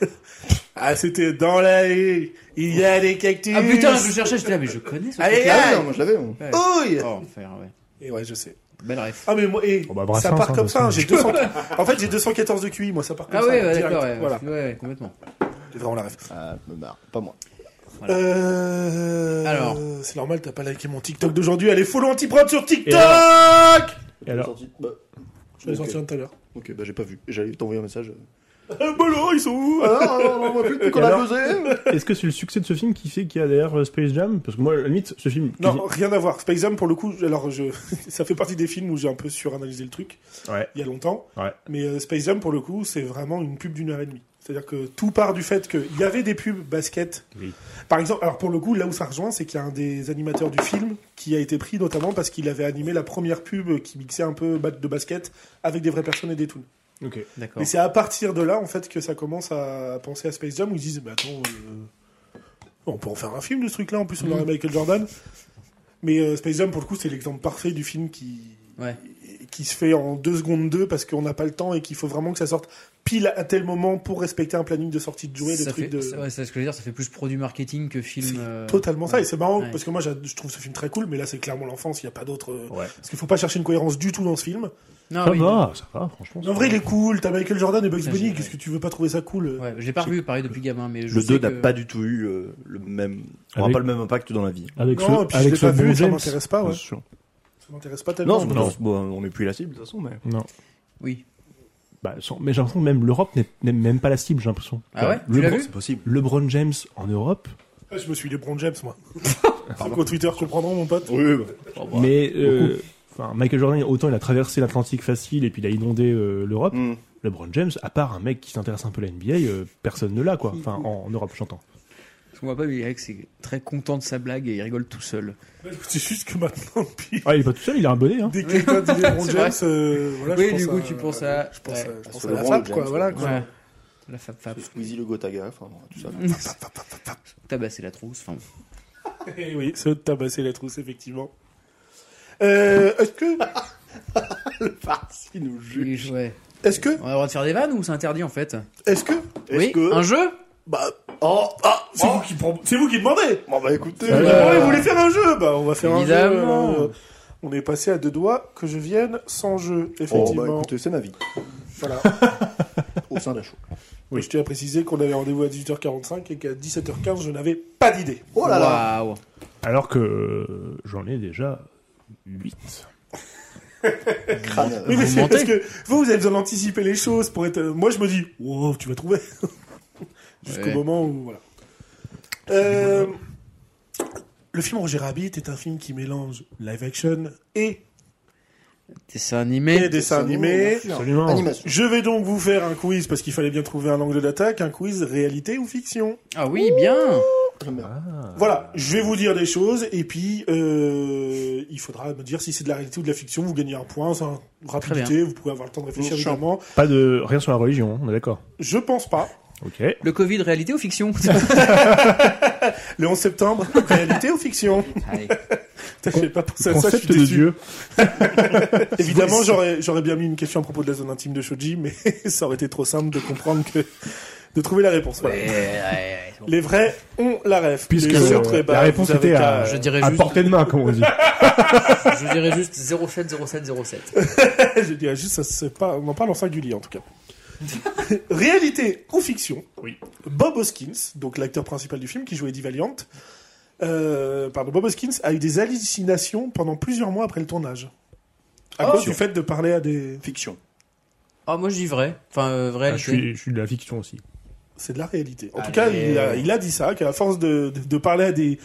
Ah, c'était dans la rue. Il y a des cactus.
Ah putain, je cherchais, j'étais là, mais je connais ce
Allez,
truc.
Ah, oui, non, moi, je l'avais. moi.
Ouille
Oh, enfer, ouais.
Et Eh ouais, je sais.
Belle ref.
Ah, mais moi, et
Oh, bah,
ça
Brassens,
part
hein,
comme
de
ça. hein,
toute
J'ai 200... en fait, j'ai 214 de QI. Moi, ça part comme
Ah
ça.
ouais, ouais,
direct.
d'accord, ouais,
Voilà.
ouais, ouais, complètement.
J'ai vraiment la ref.
Ah, me marre. Pas moi.
Voilà.
Euh...
Alors.
C'est normal, t'as pas liké mon TikTok d'aujourd'hui. Allez, follow Antiprod sur TikTok <laughs>
Je l'ai
Et alors Et alors
sorti- bah,
Je les
Ok.
sorti un tout à l'heure.
Ok, bah, j'ai pas vu. J'allais t'envoyer un message.
Ah, bah là, ils sont où
<laughs> Ah, on voit plus depuis qu'on
Et
a
alors
buzzé.
Est-ce que c'est le succès de ce film qui fait qu'il y a d'ailleurs euh, Space Jam Parce que moi, à la limite, ce film.
Non, rien à voir. Space Jam, pour le coup, alors je... <laughs> ça fait partie des films où j'ai un peu suranalysé le truc
Ouais.
il y a longtemps.
Ouais.
Mais euh, Space Jam, pour le coup, c'est vraiment une pub d'une heure et demie. C'est-à-dire que tout part du fait qu'il y avait des pubs basket.
Oui.
Par exemple, alors pour le coup, là où ça rejoint, c'est qu'il y a un des animateurs du film qui a été pris notamment parce qu'il avait animé la première pub qui mixait un peu bat- de basket avec des vraies personnes et des toons.
Ok.
D'accord.
Et c'est à partir de là, en fait, que ça commence à penser à Space Jam, où ils disent, bah attends, euh, on peut en faire un film de ce truc-là, en plus on
Mhm.
aurait Michael Jordan. Mais euh, Space Jam, pour le coup, c'est l'exemple parfait du film qui,
Ouais.
qui, qui se fait en deux secondes deux parce qu'on n'a pas le temps et qu'il faut vraiment que ça sorte pile à tel moment pour respecter un planning de sortie de jouer, des
ça
trucs
fait,
de.
ça- ouais, c'est ce que je veux dire, ça fait plus produit marketing que film. euh,
Totalement ça,
ouais.
et c'est marrant
Ouais.
parce que moi j'a- je trouve ce film très cool, mais là c'est clairement l'enfance, il n'y a pas d'autre. euh,
Ouais.
Parce qu'il faut pas chercher une cohérence du tout dans ce film.
Non,
Ça
oui.
va, ça va, franchement.
Ah En vrai, il est cool, t'as Michael Jordan et Bugs
Ça,
Bunny,
j'ai-
qu'est-ce que tu veux pas trouver ça cool euh
Ouais, je l'ai pas revu, pareil, depuis gamin, mais je
Le
sais
2 n'a
que-
pas du tout eu euh, le même, aura
Avec-
pas le même impact dans la vie.
Avec
Non, et
ce,
puis
avec
je l'ai
ce
pas
bon
vu, ça
James.
m'intéresse pas, Ah ouais.
c'est sûr.
Ça m'intéresse pas
Non,
tellement.
c'est pas-
Non.
bon, on n'est plus la cible de toute façon, mais.
Non.
Oui.
Bah, sans- mais j'ai l'impression que même l'Europe n'est n'est même pas la cible, j'ai l'impression.
Ah ouais Tu
Le
l'as
Bron-
vu
C'est possible.
LeBron James en Europe,
Ah, Je me suis LeBron James, moi. Ceux qu'au Twitter comprendront, mon pote.
Oui, bah.
Oh,
mais euh, enfin, Michael Jordan, autant il a traversé l'Atlantique facile et puis il a inondé euh, l'Europe.
Hmm.
LeBron James, à part un mec qui s'intéresse un peu à la NBA, euh, personne ne l'a quoi. Enfin, en, en Europe, j'entends.
Parce qu'on voit pas, mais Eric, c'est très content de sa blague et il rigole tout seul.
Bah, C'est juste que maintenant, <laughs> puis,
Ah, il est pas tout seul, il a un bonnet. Hein.
dès que quelqu'un dit LeBron
C'est
James,
vrai.
euh, voilà,
Oui,
je pense
du coup,
à-
tu penses à-
Je pense,
ouais.
à, je pense
Sur
à la
LeBron,
fab,
le
quoi,
James,
voilà.
ouais.
quoi.
Ouais. La fab fab.
Squeezie le Gotaga, enfin, tout ça.
Tabasser la trousse. Enfin,
<laughs> Eh oui, c'est tabasser la trousse, effectivement. Euh, est-ce que,
Qui nous juge
oui, ouais.
est-ce que,
On a le droit de faire des vannes ou c'est interdit en fait
est-ce que,
Est-ce
Oui.
que-
Un jeu
bah, oh, ah, c'est vous qui prend- c'est vous qui demandez.
Bon, bah écoutez.
Euh,
Euh,
ouais, vous voulez faire un jeu Bah, on va faire
Évidemment.
un jeu. euh, on est passé à deux doigts que je vienne sans jeu,
Oh,
effectivement.
bah écoutez, c'est ma vie.
Voilà.
Au sein de la show.
Et Je tiens à préciser qu'on avait rendez-vous à 18h45 et qu'à 17h15, je n'avais pas d'idée.
Oh là là
Waouh.
Alors que euh, j'en ai déjà 8.
Crâne.
Oui, mais
Euh,
c'est
Vous
parce
mentez.
que vous, vous avez besoin d'anticiper les choses pour être. euh, Moi, je me dis, wow, tu vas trouver. <laughs> Jusqu'au
Ouais.
moment où. Voilà. Euh, le film Roger Rabbit est un film qui mélange live action et,
Dessin
et
animé.
dessin animé.
Absolument.
Animation.
Je vais donc vous faire un quiz parce qu'il fallait bien trouver un angle d'attaque, un quiz réalité ou fiction.
Ah oui, bien.
J'aime bien.
Ah.
Voilà, je vais vous dire des choses et puis euh, il faudra me dire si c'est de la réalité ou de la fiction. Vous gagnez un point, c'est un- rapidité, vous pouvez avoir le temps de réfléchir
Bonjour.
évidemment.
Pas de rien sur la religion, on est d'accord.
Je pense pas.
Ok.
Le Covid, réalité
<laughs>
ou fiction
Le 11 septembre, réalité ou fiction
Allez.
Putain, J'avais pas pensé à ça, je suis
Concept de
déçu.
Dieu.
Évidemment, j'aurais j'aurais bien mis une question à propos de la zone intime de Shoji, mais <laughs> ça aurait été trop simple de comprendre que de trouver la réponse.
Ouais,
Voilà.
ouais, ouais, c'est bon.
Les vrais ont la ref.
Puisque
Les
euh,
autres, eh ben,
la réponse
vous avez
était
qu'à-
à,
Je dirais
à
juste-
portée de main, comme on dit.
Je dirais juste 07 07 07.
Eh, Je dirais juste, ça, c'est pas, on en parle en singulier en tout cas. <laughs> Réalité ou fiction
Oui.
Bob Hoskins, donc l'acteur principal du film qui jouait Eddie Valiant, euh, pardon, Bob Hoskins a eu des hallucinations pendant plusieurs mois après le tournage. À
Oh.
cause du fait de parler à des.
Fiction.
Ah, moi je dis vrai. Enfin, euh,
Ah,
réalité.
je, suis, je suis de la fiction aussi.
C'est de la réalité. En tout
Allez.
cas, il a, il a dit ça, qu'à force de, de, de parler à des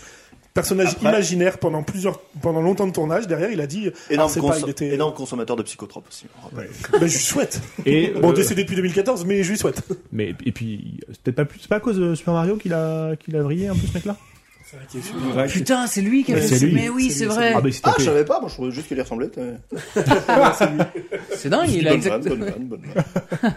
personnages
Après-
imaginaires pendant plusieurs pendant longtemps de tournage derrière il a dit
Énorme,
Ah, c'est pas,
consom-
il était-
énorme consommateur de psychotropes aussi. on
Ah,
rappelle.
bah, je lui souhaite
Et,
bon
euh,
décédé depuis 2014 mais je lui souhaite
mais, et puis, c'est peut-être pas, plus- c'est pas à cause de Super Mario qu'il a, qu'il a vrillé un peu ce mec-là
Putain, c'est lui qui a
Mais
fait
c'est
ça.
lui.
Mais oui, c'est vrai.
Ah, bah, il s'est
Ah,
tapé.
je savais pas, moi je trouvais juste qu'il y ressemblait. euh,
C'est dingue, il a
bonne
exact-
vanne, bonne vanne, bonne
<laughs>
vanne.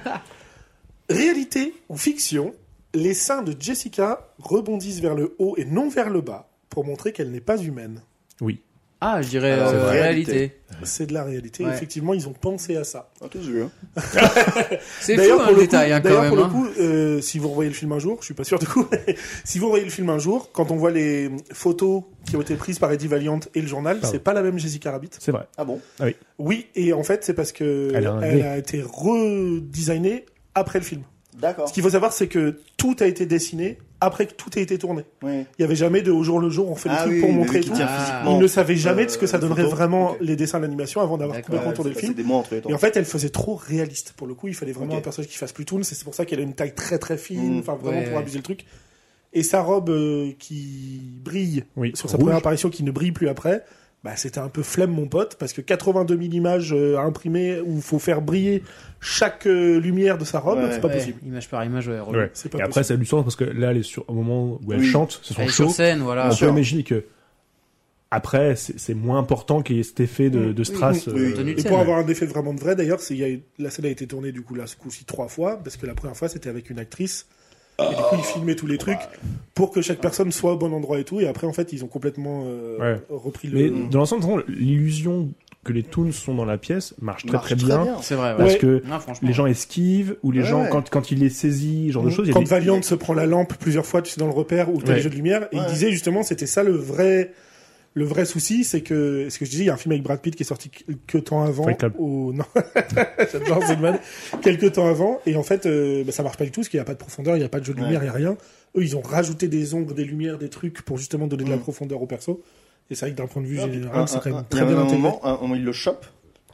Réalité ou fiction, les seins de Jessica rebondissent vers le haut et non vers le bas pour montrer qu'elle n'est pas humaine.
Oui.
Ah, je dirais
Alors,
euh,
c'est vrai.
réalité.
C'est de la réalité.
Ouais.
Effectivement, ils ont pensé à ça.
Ah, t'as vu, hein.
C'est fou
pour
hein, le
le
détail
coup,
hein, quand
d'ailleurs,
même.
pour le
hein.
coup, euh, si vous revoyez le film un jour, je suis pas sûr du coup, mais si vous <laughs> revoyez le film un jour, quand on voit les photos qui ont été prises par Eddie Valiant et le journal,
Pardon.
c'est pas la même Jessica Rabbit.
C'est vrai.
Ah bon
Oui, et en fait, c'est parce que
Elle a un nez.
a été redesignée après le film.
D'accord.
Ce qu'il faut savoir, c'est que tout a été dessiné après que tout a été tourné.
Oui.
Il y avait jamais de au jour le jour, on fait le
Ah
truc
oui,
pour
le
montrer
mec qui
tout.
tient
Ah.
physiquement.
Il ne savait jamais
Euh,
de ce que ça
les
donnerait
photos.
vraiment
Ok.
les dessins d'animation avant d'avoir
D'accord.
complètement
Ouais,
tourné le
ça
film.
fait des mois entre les temps.
Et en fait, elle faisait trop réaliste pour le coup. Il fallait vraiment
Ok.
un personnage qui fasse plus tourne. C'est c'est pour ça qu'elle a une taille très très fine,
Mm.
enfin vraiment
Ouais,
pour
ouais.
abuser le truc. Et sa robe euh, qui brille
Oui.
sur sa
Rouge.
première apparition, qui ne brille plus après, bah c'était un peu flemme mon pote parce que 82 000 images euh, à imprimer où il faut faire briller chaque euh, lumière de sa robe,
Ouais.
c'est pas
Ouais,
possible.
Image par image, ouais. relou.
Ouais.
C'est pas
et après, ça a du sens parce que là, elle est sur, au moment où elle
Oui.
chante, c'est
Elle
son
est sur
show.
scène,
On
voilà.
peut
sûr.
imaginer que après, c'est c'est moins important qu'il y ait cet effet de, de strass.
oui, oui.
euh,
Tenue de
Et
scène,
pour
ouais.
avoir un effet vraiment de vrai, d'ailleurs, c'est- il y a eu- la scène a été tournée du coup là ce coup-ci trois fois parce que la première fois c'était avec une actrice. Et du coup, ils filmaient tous les trucs pour que chaque personne soit au bon endroit et tout. Et après, en fait, ils ont complètement euh,
Ouais.
repris le.
Mais dans l'ensemble, de toute façon, l'illusion que les toons sont dans la pièce marche très
Marche
très, bien,
C'est vrai, ouais.
parce
Ouais.
que
Non, franchement.
les gens esquivent ou les
Ouais,
gens
ouais.
quand quand il les saisit ce genre
Mmh.
de choses. il y a
Mhm. Quand
des-
Valiant se prend la lampe plusieurs fois, tu sais, dans le repère ou t'as
Ouais.
les jeux de lumière, et il
Ouais.
disait justement, c'était ça le vrai, le vrai souci, c'est que, ce que je disais, il y a un film avec Brad Pitt qui est sorti que- que temps avant,
Fight Club.
au, non, <laughs> j'adore Zygmunt. quelques temps avant, et en fait, euh, bah, ça marche pas du tout, parce qu'il n'y a pas de profondeur, il n'y a pas de jeu de
Ouais.
lumière, il n'y a rien. Eux, ils ont rajouté des ombres, des lumières, des trucs pour justement donner de la
Mmh.
Mm.
profondeur au perso. Et c'est vrai que d'un point de vue
Ah,
général, c'est quand
un-
même
il y a
hein. très bien
même un
intégré.
moment, un moment, il le chope,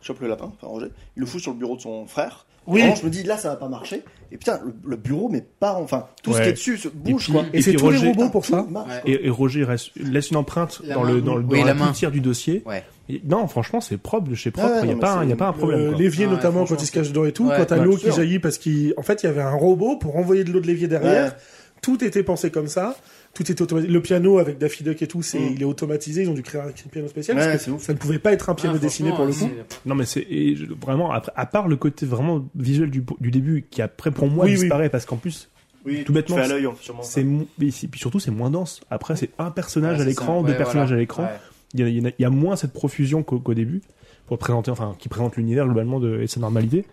chope le lapin, enfin Roger, il le fout sur le bureau de son frère.
Oui.
Vraiment, je me dis, là, ça va pas marcher. Et putain, le, le bureau, mais pas, enfin, tout ce
Ouais.
qui est dessus se bouge,
puis-
quoi.
Et c'est
puis
tous les
Roger-
robots pour
Tout
ça.
marche,
Ouais.
quoi.
Et, et Roger reste- laisse une empreinte
La
dans
main.
le dans, le-
Oui,
dans
la
la
main.
poussière du dossier.
Ouais.
Et- non, franchement, c'est propre de chez propre.
Ouais,
Il n'y a
non,
pas
mais
un- il y a
c'est-
pas un problème.
Euh,
quoi.
L'évier
Ah ouais,
notamment quand
franchement,
il se cache dedans et tout,
Ouais,
quand t'as
ouais,
l'eau
bien
qui
sûr.
jaillit parce qu'il, en fait, il y avait un robot pour envoyer de l'eau de l'évier derrière.
Ouais.
Tout était pensé comme ça. Tout était automatisé. Le piano avec Daffy Duck et tout, c'est,
Mm.
il est automatisé. Ils ont dû créer un piano spécial
Ouais,
parce
c'est
que
ouf.
ça ne pouvait pas être un piano
Ah,
dessiné pour
franchement,
le coup.
c'est-
Non, mais c'est et je- vraiment après, à part le côté vraiment visuel du, du début qui après pour moi
Oui, oui.
disparaît parce qu'en plus
Oui,
Tout bêtement,
tu fais à l'œil, on- sûrement.
c'est mo- mais c'est- puis surtout c'est moins dense. Après c'est un
Ouais,
personnage à
c'est
l'écran,
ça.
deux
Ouais,
personnages
voilà.
à l'écran.
Ouais.
Il y, a- il y en a- il y a moins cette profusion qu'au qu'au début pour présenter enfin qui présente l'univers globalement de, et sa normalité.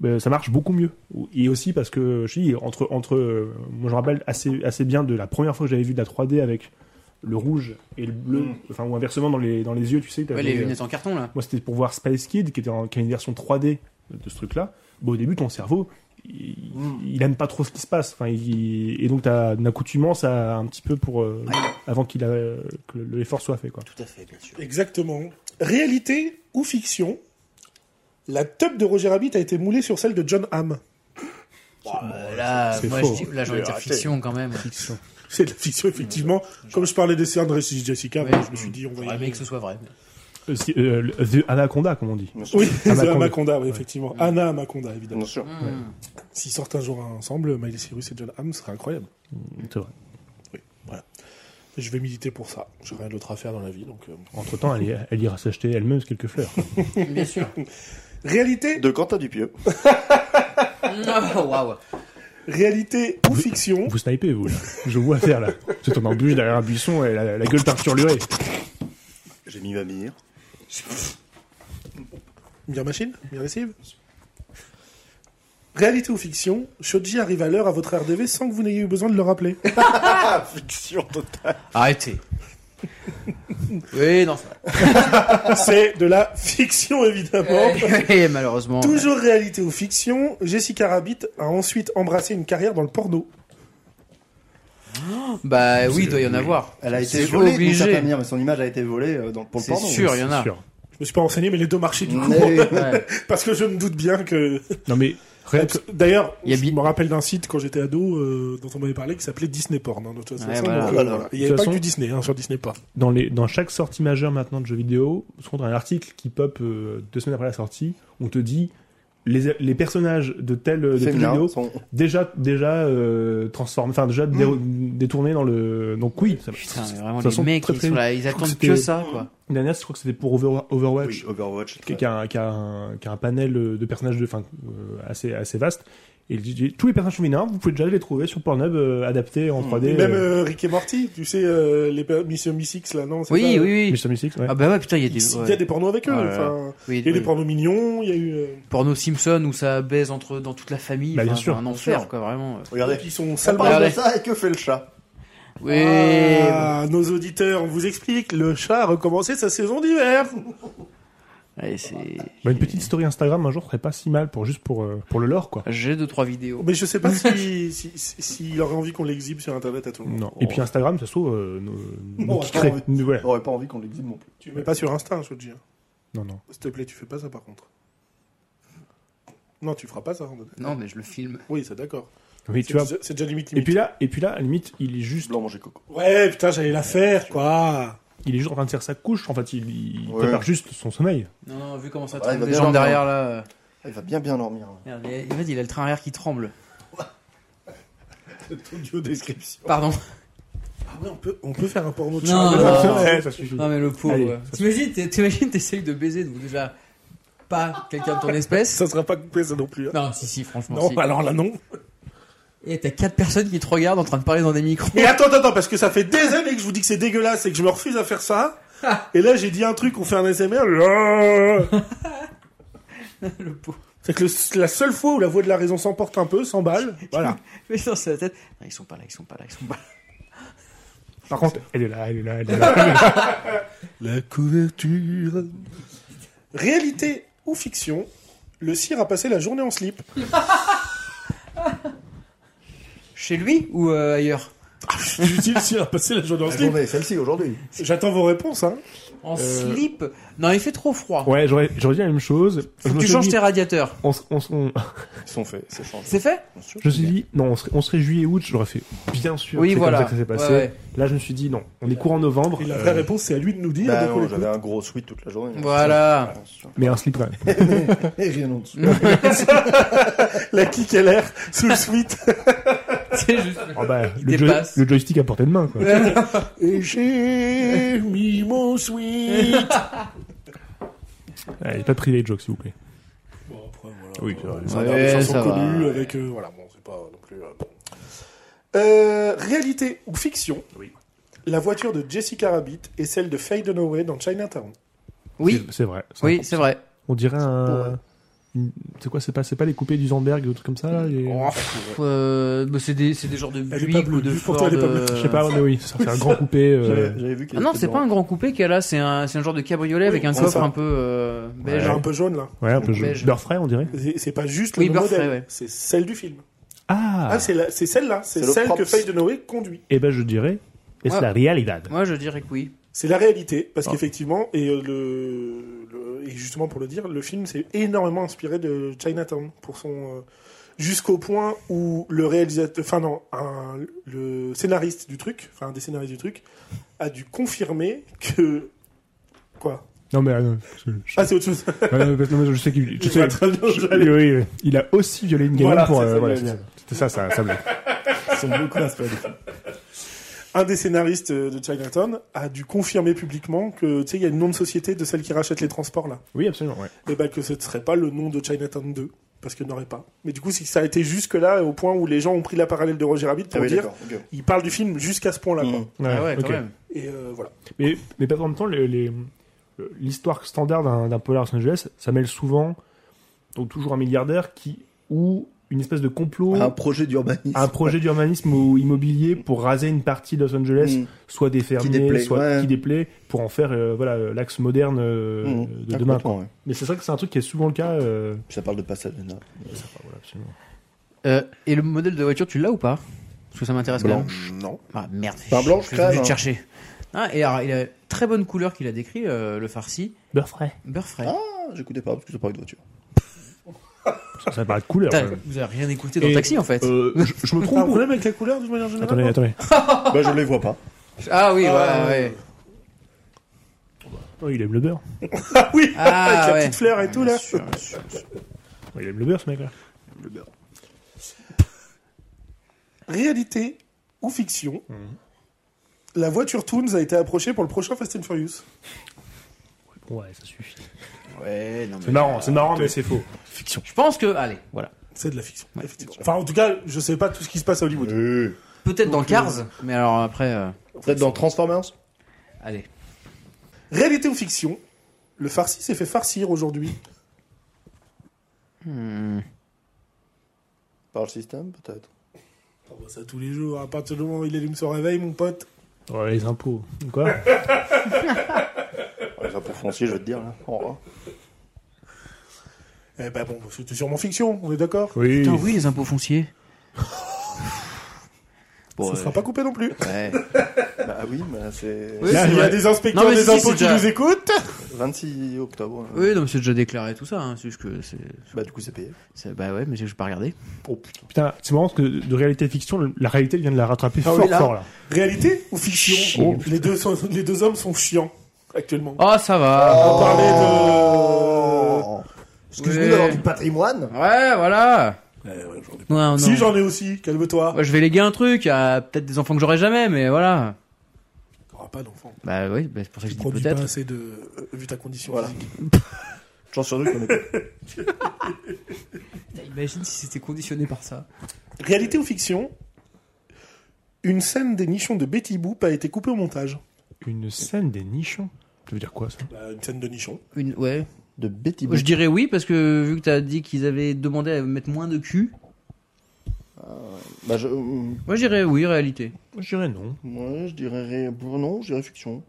Ben, ça marche beaucoup mieux. Ou- Et aussi parce que je dis entre entre euh, moi je me rappelle assez assez bien de la première fois que j'avais vu de la 3D avec le rouge et le bleu,
Mm.
enfin ou inversement dans les dans les yeux, tu sais. t'avais,
Ouais, les
euh,
lunettes en carton là.
Moi, c'était pour voir Space Kid, qui était en, qui a une version 3D de ce truc-là. Bah, au début, ton cerveau, il, il aime pas trop ce qui se passe. Enfin, il- et donc, t'as une accoutumance à un petit peu pour euh, avant qu'il a, que le- l'effort soit fait, quoi.
Tout à fait, bien sûr.
Exactement. Réalité ou fiction, la tub de Roger Rabbit a été moulée sur celle de John Hamm. <laughs>
là,
c'est
moi,
faux.
je dis- là, j'en ai
Arrêtez.
fiction quand même.
C'est de la fiction, effectivement. Comme je parlais des cernes de Regis Jessica,
Ouais.
bon, je me suis dit, on va y
J'aurais aimé
aller.
que ce soit vrai.
Euh, si- euh, le- The Anaconda, comme on dit.
Oui, c'est <laughs>
Anaconda.
Anaconda, oui, effectivement. Anna Anaconda, évidemment.
Bien sûr.
Mmh.
S'ils sortent un jour ensemble, Miley Cyrus et John Hamm, ce serait incroyable.
C'est vrai.
Et Je vais militer pour ça. J'ai rien d'autre à faire dans la vie, donc. euh,
Entre temps, elle, est- elle ira s'acheter elle-même quelques fleurs.
Bien sûr.
Réalité,
De Quentin Dupieux.
Oh, Waouh.
réalité ou fiction
Vous snipez, vous, là. Je vois faire, là. C'est en embûche derrière un buisson et la, la gueule tarturlurée.
J'ai mis ma mire.
Bien machine, bien lessive. Réalité ou fiction Shoji arrive à l'heure à votre RDV sans que vous n'ayez eu besoin de le <laughs> rappeler.
Ah, fiction totale.
Arrêtez. oui, non, ça
C'est de la fiction, évidemment.
Et malheureusement.
Toujours réalité ou fiction, Jessica Rabbit a ensuite embrassé une carrière dans le porno.
Bah oui, il doit y en avoir.
Elle a été
C'est
volée, d'une
obligé.
certaine manière, mais son image a été volée euh, dans, pour le
C'est
porno.
sûr, il y en a.
Sûr.
Je me suis pas renseigné, mais les deux marchés du coup.
Mais-
Ouais.
Parce que je me doute bien que.
Non, mais rien que-
D'ailleurs,
Il y a
je
bi-
me rappelle d'un site quand j'étais ado euh, dont on m'avait parlé qui s'appelait Disney Porn. hein, de toute façon,
Ouais, voilà.
donc, euh,
Voilà.
voilà. Il n'y avait
De toute
pas que
façon-
du Disney hein, sur Disney Porn.
dans, les, dans chaque sortie majeure maintenant de jeux vidéo, souvent dans un article qui pop euh, deux semaines après la sortie, on te dit les, les personnages de
<laughs>
tel, de tel jeu
Féminin,
vidéo
son-
déjà déjà euh, transformés, enfin déjà dé- détournés dans le. Donc oui, ça
Putain, mais vraiment,
De toute
les
façon,
mecs,
très,
ils,
très-
sont là, ils
crois que
attendent
c'était-
que ça, quoi.
Une dernière, je crois que c'était pour Over- Overwatch,
Oui, Overwatch.
qui,
très-
qui a, un- qui a un, qui a un panel euh, de personnages de, enfin, euh, assez, assez vaste. Et il dit, tous les personnages féminins, vous pouvez déjà les trouver sur Pornhub euh, adaptés en 3D.
Et même euh,
euh,
Rick et Morty, tu sais, euh, les pa- Mission Missix, là, non c'est
Oui, oui,
pas- euh,
oui.
Mr. Mystic, ouais.
Ah bah ouais, putain, il y a
Il
des,
il y
ouais.
a des pornos avec eux.
Ouais,
enfin,
Oui,
Il y a
oui.
des pornos mignons, il y a eu. euh,
Porno Simpson où ça baise entre dans toute la famille.
Bah, bien
enfin,
sûr,
Un
bien
enfer,
sûr.
quoi, vraiment.
Regardez.
qui sont
On
salement.
parle de
Regardez.
ça et que fait le chat
Oui.
Ah, nos auditeurs, on vous explique, le chat a recommencé sa saison d'hiver.
Ouais, c'est.
Bah, une petite story Instagram un jour serait pas si mal pour juste pour, euh, pour le lore, quoi.
J'ai deux trois vidéos.
Mais je sais pas
<laughs>
si, si, si- s'il aurait envie qu'on l'exhibe sur internet à tout le monde.
Non. Et puis Instagram, ça se trouve, euh, nos, nos
on
qui
a pas
créent-
envie.
nous, voilà.
J'aurais pas envie qu'on l'exhibe non plus.
Tu mets pas sur Insta, je te dis. hein.
Non, non.
S'il te plaît, tu fais pas ça par contre. Non, tu feras pas ça. Randonnée.
Non, mais je le filme.
Oui, c'est d'accord.
Mais
C'est
tu vois.
déjà- c'est déjà limite,
Et
limite.
puis là, et puis là, à la limite, il est juste,
Blanc manger coco.
Ouais, putain, j'allais la faire, quoi.
il est juste en train de faire sa couche. En fait, il, il
Ouais.
prépare juste son sommeil.
Non, non, vu comment ça
Voilà, il
tremble
va
des
bien
gens
dormir.
derrière là.
Ah, Il va bien bien dormir. là.
Merde, il a- en fait, il a le train arrière qui tremble.
Audio description.
Pardon.
Ah ouais, on peut, on peut faire un porno de
Non,
chat.
non,
<laughs>
non.
Ouais, ça
<laughs>
suffit.
Non mais le
Allez,
pauvre.
ça-
T'imagines, t'es- t'imagines, t'essayes de baiser donc déjà pas quelqu'un de ton espèce.
Ça sera pas coupé, ça non plus. hein.
Non, si si, franchement.
non,
si.
alors là, non.
Et t'as quatre personnes qui te regardent en train de parler dans des micros.
Et attends, attends, parce que ça fait des années que je vous dis que c'est dégueulasse et que je me refuse à faire ça.
Ah.
Et là, j'ai dit un truc, on fait un ASMR. le-
le pot.
<laughs> C'est que le- la seule fois où la voix de la raison s'emporte un peu,
<laughs>
s'emballe, voilà.
Mais dans sa tête, Ah, ils sont pas là, ils sont pas là, ils sont pas là.
Par contre, elle est là, elle est là, elle est là.
La couverture. Réalité ou fiction, le cire a passé la journée en slip.
Chez lui ou euh, ailleurs
Je dis le cire a passé la journée en
La
slip.
journée, celle-ci aujourd'hui.
J'attends vos réponses, hein.
En
Euh.
slip Non, il fait trop froid.
ouais, j'aurais j'aurais dit la même chose.
Faut que
Je me
tu
suis
changes
dit,
tes radiateurs.
on, se- on se- on-
Ils sont faits, c'est changé.
C'est fait
je me suis dit, non, on serait, on serait juillet-août, j'aurais fait bien sûr
Oui,
que c'est
voilà.
comme ça que ça s'est passé.
Ouais,
Là, je me suis dit, non, on est courant novembre.
Et la
euh,
vraie réponse, c'est à lui de nous dire.
Bah
donc on
non,
l'écoute.
j'avais un gros sweat toute la journée. <laughs>
Voilà. Euh,
mais un slip quand même.
Et rien en dessous.
la kick à l'air sous le sweat.
ouais. C'est juste.
Oh, bah, <laughs> le, joy-
dépasse.
le joystick à portée de main, quoi.
Et j'ai mis mon sweat.
Allez, Ah, pas de privé de joke, s'il vous plaît.
Bon, après, voilà.
Oui, c'est vrai.
Ça a
Ouais,
l'air des chansons
ça va.
connues avec. euh, voilà, bon, c'est pas non plus. euh, bon. Euh, réalité ou fiction
Oui.
La voiture de Jessica Rabbit et celle de Faye Dunaway dans Chinatown.
Oui,
C'est- C'est vrai. ça.
oui, c'est vrai.
On dirait
Pour, ouais.
un. une- C'est quoi, c'est pas, c'est pas les coupés du Zamberg, des trucs comme ça, là les-
Oh, pff, euh, bah, c'est des, c'est des genres de
est pas
Buick
bleue.
ou de
Pour toi,
Ford.
elle est pas bleue.
euh,
Je sais pas, mais oui, ça fait un grand coupé. euh,
J'avais j'avais vu qu'il
Ah non,
était
c'est pas
dans-
un grand coupé qu'elle a, c'est un, c'est un genre de cabriolet avec un
c'est
coffre
ça.
un peu euh, beige.
Elle est un peu jaune là.
Ouais, un peu jaune.
Beige.
Beurre frais, on dirait.
C'est c'est pas juste
Oui,
le
Beurre
modèle,
Frais, ouais.
c'est celle du film. Ah,
Ah,
c'est la- c'est celle-là, c'est
C'est le
celle
props.
que Faye Dunaway conduit.
Eh ben, je dirais. Et
Ouais.
c'est la réalité.
Moi, je dirais que oui.
C'est la réalité, parce
Ah.
qu'effectivement, et, euh, le, le- et justement pour le dire, le film s'est énormément inspiré de Chinatown pour son euh, jusqu'au point où le réalisateur, enfin non, un- le scénariste du truc, enfin un des scénaristes du truc, a dû confirmer que quoi
Non, mais. euh, non, je- je-
Ah c'est autre chose.
Ouais, non, parce- non, mais je sais qu'il. je
Je
sais-
vois très bien où
je-
j'allais.
oui, oui, il a aussi violé une gamine
Voilà,
pour.
c'est
euh,
ça,
voilà,
le
c'est- C'était ça, ça, ça me-
Ils sont beaucoup inspirés.
un des scénaristes euh, de Chinatown a dû confirmer publiquement que tu sais il y a une nom de société de celle qui rachète les transports là.
Oui, absolument, ouais.
et ben que ce ne serait pas le nom de Chinatown 2 parce qu'il n'aurait pas. Mais du coup, si ça a été jusque là au point où les gens ont pris la parallèle de Roger Rabbit
Ah
pour
oui,
dire
d'accord. ok.
il parle du film jusqu'à ce point-là quoi.
Mm.
ah ouais, quand
ok.
même.
Et euh, voilà.
Mais, mais pas en même temps, les- les- l'histoire standard d'un d'un polar Los Angeles, ça mêle souvent, donc toujours un milliardaire qui. ou une espèce de complot.
Un projet d'urbanisme.
un projet d'urbanisme ou immobilier pour raser une partie de Los Angeles,
Mm.
soit des fermiers,
déplaît,
soit
ouais.
qui déplaît, pour en faire euh, voilà euh, l'axe moderne euh,
Mm. Ah,
de demain. quoi.
complètement, ouais.
Mais c'est vrai que c'est un truc qui est souvent le cas. euh,
Ça parle de Pasadena.
voilà, absolument.
Euh, et le modèle de voiture, tu l'as ou pas Parce que ça m'intéresse quand même.
Non.
Ah merde.
Pas blanche,
je vais
crème, hein.
chercher. Ah, et alors, il a très bonne couleur qu'il a décrit, euh, le farci.
Beurre frais.
Beurre frais.
Ah, j'écoutais pas parce que ça parlait de voiture.
Ça, ça paraît de couleur.
Putain,
quand même.
vous avez rien écouté dans
Et-
le taxi en fait.
Euh, je, je me
T'as un
trompe. ou-
problème <laughs> avec la couleur d'une manière générale
Attendez,
non
attendez.
bah, je les vois pas.
Ah oui,
Ah,
ouais, ouais.
Oh, il aime le beurre.
Ah oui, <laughs>
Ah,
avec la
ouais.
petite fleur et tout là.
Oh, Il aime le beurre, ce mec-là.
Réalité ou fiction
Mmh.
La voiture Toons a été approchée pour le prochain Fast and Furious.
Ouais, ça suffit.
Ouais, non, mais-
C'est marrant, c'est
euh,
marrant, mais c'est faux.
Fiction. Je pense que, allez, voilà.
C'est de la fiction. effectivement. Enfin, en tout cas, je sais pas tout ce qui se passe à Hollywood.
Euh,
Peut-être dans
Donc,
Cars, mais alors après, euh,
Peut-être dans Transformers
allez.
Réalité ou fiction Le farci s'est fait farcir aujourd'hui.
Hmm.
Par le système, peut-être.
On voit ça tous les jours. À partir du moment où il allume son réveil, mon pote.
Oh, les impôts. Quoi
Ouais, ça pour foncier, je vais te dire. Là. Oh, oh.
Eh ben bon, c'était sûrement fiction. On est d'accord.
<laughs> Oui.
Putain, oui, les impôts fonciers. <laughs> bon,
Ça
euh,
sera pas coupé non plus.
ouais.
Bah oui, mais c'est
Oui.
S'il y a
ouais.
des inspecteurs
Non, mais
des
si, si,
impôts qui
c'est déjà-
nous écoutent.
26 octobre. euh,
Oui, non, mais c'est déjà déclaré tout ça. hein, C'est juste que c'est.
Bah du coup, c'est payé.
c'est- Bah ouais, mais je vais pas regarder.
Oh putain.
Putain, c'est marrant parce que de réalité fiction, le- la réalité vient de la rattraper
Ah oui,
fort,
là.
fort là.
Réalité ou fiction
Oh,
les, deux sont- les deux hommes sont chiants actuellement.
Oh, ça va.
On parlait de.
Oh.
Ouais.
Excuse-nous d'avoir du patrimoine.
Ouais, voilà. Ouais, non.
Si j'en ai aussi, calme-toi.
Bah, je vais léguer un truc à peut-être des enfants que j'aurai jamais, mais voilà.
T'auras pas d'enfant.
Bah oui, bah, c'est pour ça que
Tu
je dis
produis pas
peut-être.
assez de. euh, vu ta condition.
Voilà.
physique.
J'en suis sûr qu'on est.
Imagine si c'était conditionné par ça.
Réalité ou fiction Une scène des nichons de Betty Boop a été coupée au montage.
Une scène des nichons. Ça veut dire quoi ça
Bah, une scène de nichon.
Une, ouais.
De Betty Boop.
Je dirais oui, parce que vu que t'as dit qu'ils avaient demandé à mettre moins de cul,
Bah, je,
moi je dirais oui, réalité.
Moi, je dirais non.
moi, je dirais. ré- Non, je dirais fiction.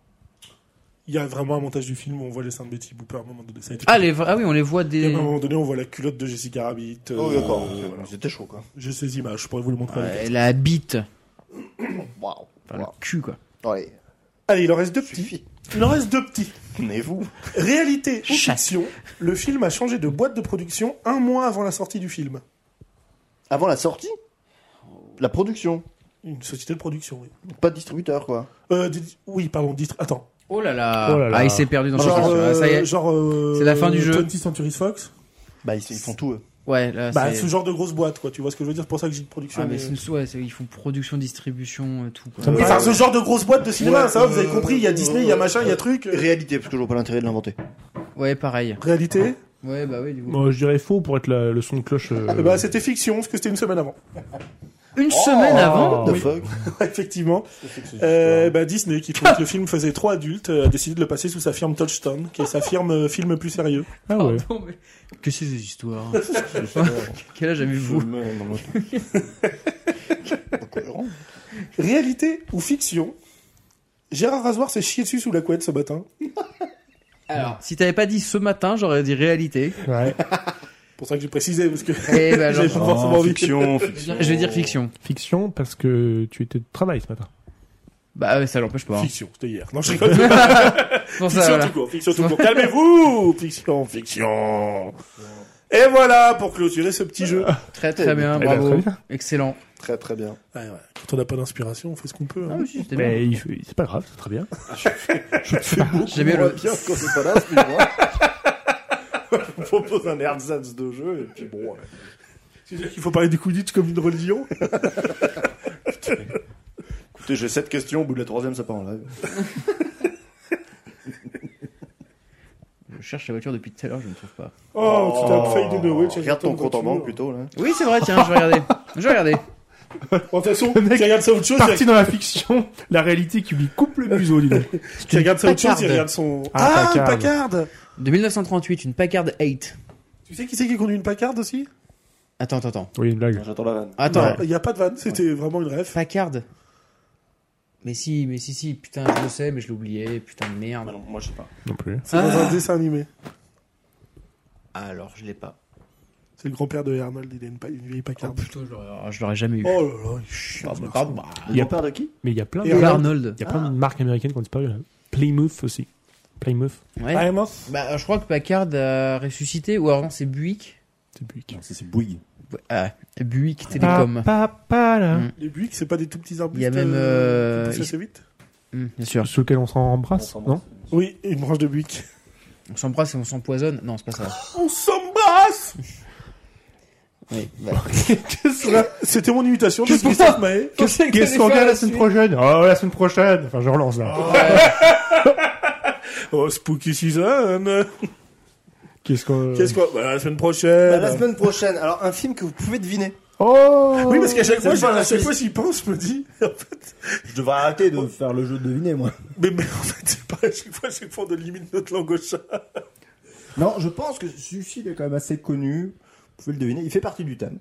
Il y a vraiment un montage du film où on voit les seins de Betty Booper à un moment donné. Ça a été
Ah, les, ah oui, on les voit
Et à un
des.
moment donné, on voit la culotte de Jessica Rabbit. euh,
Oh, d'accord.
euh, voilà.
C'était chaud, quoi.
J'ai ces images, je pourrais vous le montrer. avec-
Ouais, la bite.
Waouh.
Enfin, le cul, quoi.
Allez,
Allez, il en reste deux petits.
suffit.
Il en reste deux petits.
Tenez-vous.
Réalité ou
Chasse.
fiction, le film a changé de boîte de production un mois avant la sortie du film.
Avant la sortie, la production.
Une société de production, oui.
Pas de distributeur, quoi.
Euh, dis- oui, pardon, dist- attends.
Oh là là.
Oh là là.
Ah, il s'est perdu dans
Genre,
son
euh,
sens. Ça y est.
genre, euh,
C'est la fin du jeu.
20th Century Fox.
Bah, ils, ils font tout, eux.
Ouais, là,
Bah, euh,
c'est.
ce genre de grosse boîte, quoi. Tu vois ce que je veux dire C'est pour ça que j'ai de production.
Ah, mais
mais-
c'est une- ouais, c'est- ils font production, distribution, et tout. Quoi.
Ça me
Oui,
paraît-
enfin, ce genre de grosse boîte de cinéma,
Ouais,
ça, vous avez
euh,
compris. Il y a Disney, il y a machin, il y a truc.
<laughs> Réalité, parce que je vois pas l'intérêt de l'inventer.
Ouais, pareil.
Réalité
Ouais, bah oui, du coup.
Moi, je dirais faux pour être la- le son de cloche. euh,
Eh ben, c'était fiction, parce que c'était une semaine avant. <laughs>
Une semaine
Ah,
avant
What the
oui.
fuck
Effectivement. Euh, bah, Disney, qui trouvait que le film faisait trop adulte, euh, a décidé de le passer sous sa firme Touchstone, qui est sa firme euh, film plus sérieux.
Ah ouais.
Pardon, mais- Que c'est ces histoires <laughs> Quel âge avez-vous
Réalité ou fiction Gérard Rasoir s'est chié dessus sous la couette ce matin.
Alors, si t'avais pas dit ce matin, j'aurais dit réalité.
Ouais.
Pour ça que j'ai précisé, parce que
Et bah,
<laughs> j'ai pas
genre,
forcément envie.
fiction,
je vais Oh. dire fiction.
Fiction parce que tu étais de travail ce matin.
Bah ouais, ça l'empêche pas. hein.
Fiction, c'était hier. Non, je
<laughs>
rigole.
Non,
Fiction
ça, voilà.
tout court, fiction tout court. Calmez-vous Fiction, fiction Et voilà pour clôturer ce petit jeu.
Très très bien,
Eh ben,
bravo.
très bien.
Excellent.
Très très bien.
Ouais, ouais. Quand on n'a pas d'inspiration, on fait ce qu'on peut.
Ah
hein.
oui, si, c'était bien.
Mais il fait- c'est pas grave, c'est très bien.
J'ai bien
On voit
le-
bien quand c'est pas là, c'est moi. <laughs> On propose un ersatz de jeu, et puis bon. ouais.
C'est-à-dire qu'il faut parler du Quidditch comme une religion.
Écoutez, j'ai sept questions, au bout de la troisième, ça part en live.
Je cherche la voiture depuis tout à l'heure, je ne trouve pas.
Oh, tu t'as failli de Norwich.
Regarde ton compte en banque plutôt, là.
Oui, c'est vrai, tiens, je vais regarder. Je vais regarder.
Bon, De toute façon,
mec
tu regardes ça autre chose, il y a-
Parti dans la fiction, la réalité qui lui coupe le museau, dis donc.
Tu regardes ça autre chose,
Packard.
il regarde son.
Ah,
Ah, une
Packard.
Packard
De 1938, une Packard 8.
Tu sais qui c'est qui conduit une Packard aussi
Attends, attends, attends.
Oui, une blague.
J'attends la vanne.
Attends.
Non, il n'y a pas de vanne, c'était vraiment une ref.
Packard Mais si, mais si, si, putain, je le sais, mais je l'oubliais, putain de
Ah non,
merde.
moi je sais pas.
Non plus.
C'est dans un dessin animé.
Alors, je l'ai pas.
C'est le grand-père de Arnold, il a une, pa- une vieille
Oh
Packard.
putain, Ah, je l'aurais- je l'aurais jamais eu.
Oh là là, il est chiant. ce garçon.
Il y a-
part de qui
Mais il y a plein de,
Et
il y
Paul
a
Arnold.
plein de marques américaines qui ont disparu. Là. Playmouth aussi. Playmouth.
Ouais.
Ah, il est mort.
Bah, je crois que Packard a ressuscité, ou avant c'est Buick.
C'est Buick.
Non, ça, c'est Bouygues.
Ouais, Ah, Buick Télécom.
Papa, là.
Mm.
Les buics, c'est pas des tout petits arbustes.
Il y a même,
euh, qui
euh,
poussent
il-
assez vite
Mm, bien sûr.
Sous lequel Ah, on s'embrasse,
On
non
s'embrasse.
Oui, une branche de buic.
On s'embrasse et on s'empoisonne. Non, c'est pas ça.
<laughs> On s'embrasse
Oui, bah.
<laughs> C'était mon imitation de
Qu'est-ce qu'on
Christophe Maé.
Qu'est-ce qu'on a la semaine prochaine Oh, la semaine prochaine Enfin, je relance, là.
Oh, spooky season
Qu'est-ce qu'on...
Qu'est-ce qu'on... Bah, la semaine
Bah,
prochaine
la semaine prochaine, alors un film que vous pouvez deviner.
Oh
Oui, parce qu'à chaque
Ça
fois,
me parle
à
la
chaque
suite.
fois, j'y pense, je me dis...
Je devrais arrêter de faire le jeu de deviner, moi.
Mais, mais en fait, c'est pas à chaque fois, à chaque fois, on donne limite notre langue au chat.
Non, je pense que celui-ci il est quand même assez connu. Vous pouvez le deviner. Il fait partie du thème.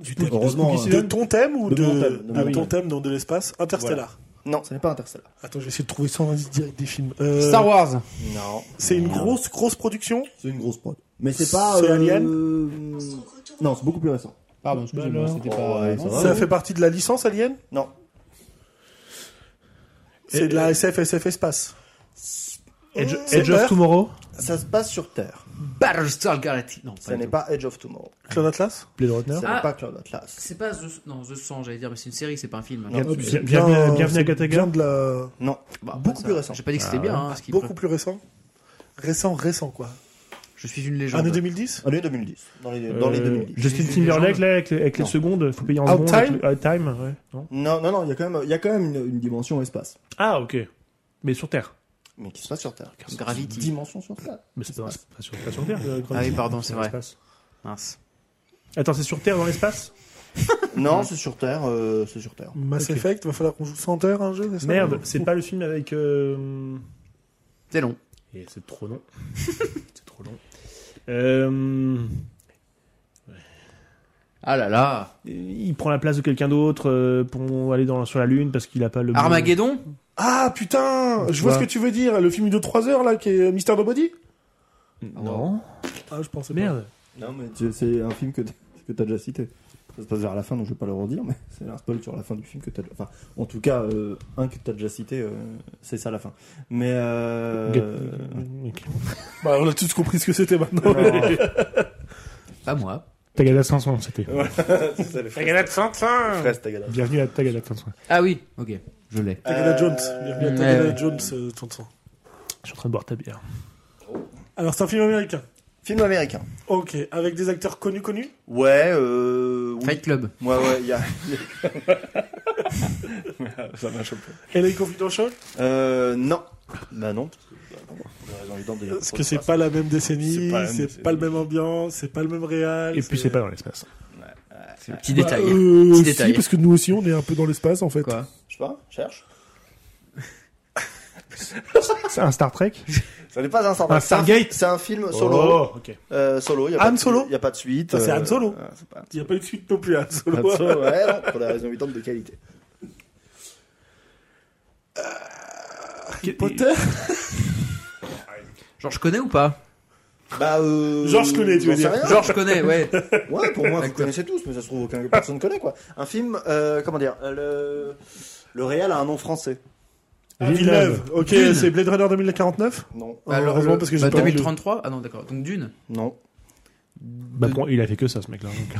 Du
thème de Heureusement, Spooky hein.
de
Season
ton thème ou de,
De mon thème,
de
ah oui.
ton thème dans de l'espace Interstellar.
Non, ce n'est pas Interstellar.
Attends, je vais essayer de trouver sans indice direct des films. Euh,
Star Wars.
Non.
C'est
Ah.
une grosse, grosse production.
C'est une grosse prod. Mais c'est pas.
C'est
euh,
Alien
euh, Non, c'est beaucoup plus récent.
Pardon, excusez-moi,
alors.
c'était
Oh,
pas.
ouais,
Bah non,
ça va.
ça
oui.
fait partie de la licence Alien
Non.
C'est de la SF, SF Espace.
Edge,
C'est
Edge of
Earth,
Tomorrow
Ça se passe sur Terre.
Battlestar Galactica. Non,
Ce n'est pas Edge of Tomorrow.
Clan Atlas
Blade
Ce
Runner
n'est
Ah.
pas Cloud Atlas.
C'est pas The, non, The 100, j'allais dire, mais c'est une série, c'est pas un film.
Bien-
hop,
bien-
c'est
bien- bien- Bienvenue à
c'est
Kataga
bien de la...
Non.
Bah, après,
beaucoup
ça-
plus récent.
J'ai pas dit que c'était bien, hein, ce qui-
Beaucoup plus récent. Récent, récent, quoi.
Je suis une légende.
Année 2010
Année 2010. Dans les, dans les
Euh,
2010.
Justin
Les- les
Timberlake,
jambes.
là, avec, les- avec les
Non.
secondes, faut payer en
Out
secondes.
Time
avec le- Out Time, ouais. Non
Non, non, non, il y a quand même, il y a quand même une, une dimension espace.
Ah, ok. Mais sur Terre.
Mais qui se passe sur Terre.
Gravity.
Dimension sur Terre.
Mais c'est pas, c'est pas sur, pas sur Terre. euh,
Ah oui, pardon,
dans
c'est vrai.
l'espace.
Mince.
Attends, c'est sur Terre dans l'espace
Non, c'est sur Terre. euh, c'est sur Terre.
Mass
Ok.
Effect, va falloir qu'on joue 100 heures un jeu, c'est ça
Merde, c'est pas le film avec. euh,
C'est long.
Et c'est trop long. c'est trop long. Euh,
Ah là là.
Euh, il prend la place de quelqu'un d'autre euh, pour aller dans, sur la lune parce qu'il a pas le. bon-
Armageddon
Ah putain, je vois
Quoi
ce que tu veux dire. Le film de 3 heures là, qui est euh, Mister Nobody
Non.
Ah, je pensais
Merde.
Non, mais tu- c'est un film que t'as que t'as déjà cité. Ça se passe vers la fin, donc je vais pas le redire, mais <laughs> c'est un spoil sur la fin du film que t'as. Enfin, en tout cas, euh, un que t'as déjà cité, euh, c'est ça la fin. Mais euh, <laughs>
Ok.
pas. Bah, on a tous compris ce que c'était maintenant. <laughs>
Pas moi.
Tagada 500, c'était.
Tagada 500
Fraise, t'as galère.
Bienvenue à Tagada 500.
Ah oui, ok, je l'ai.
Tagada
Euh,
Jones. Bienvenue à
ouais,
Tagada
ouais.
Jones, euh, 500.
Je suis en train de boire ta bière.
Alors, c'est un film américain.
Film américain.
Ok, avec des acteurs connus, connus
Ouais, euh, oui.
Fight Club.
Ouais, ouais,
<laughs>
il y a. Ça m'a chopé.
LA Confidential
Euh, non. Bah non. parce que, bah, bon, pour des raisons évidentes, déjà,
Parce
faut
que c'est
fasse.
pas la même décennie,
C'est pas la même
c'est
décennie.
pas le même ambiance, c'est pas le même réal.
Et puis c'est pas dans l'espace.
C'est le petit
Bah,
détail.
euh,
Petit
si,
détail.
parce que nous aussi, on est un peu dans l'espace en fait.
Quoi
Je sais pas, cherche.
C'est un Star Trek
Ça n'est pas un Star
Un Stargate
C'est un film solo.
Oh, ok.
Euh, solo, il y a
Han
pas de-
Solo
Il y a pas de suite.
Ah, c'est
euh,
Han Solo.
euh, c'est pas-
Il n'y a pas eu de suite non plus hein, à Han Solo.
Han
<laughs>
Solo, ouais, non, pour des raisons évidentes de qualité.
Harry Potter
<laughs> Genre, je connais ou pas
Bah, euh.
Georges connaît, tu
j'en
veux
sais
dire.
rien.
Genre, je connais, ouais.
Ouais, pour moi, vous
D'accord.
connaissez tous, mais ça se trouve, aucun personne connaît, quoi. Un film, euh, comment dire, euh, le. Le réel a un nom français.
Ah, Villeneuve. Ok,
Dune.
c'est Blade Runner 2049
Non.
heureusement,
le-
parce que j'ai
bah,
pas envie de-
2033 Ah non, d'accord. Donc, Dune.
Non.
Bah, pour- il a fait que ça, ce mec-là. donc.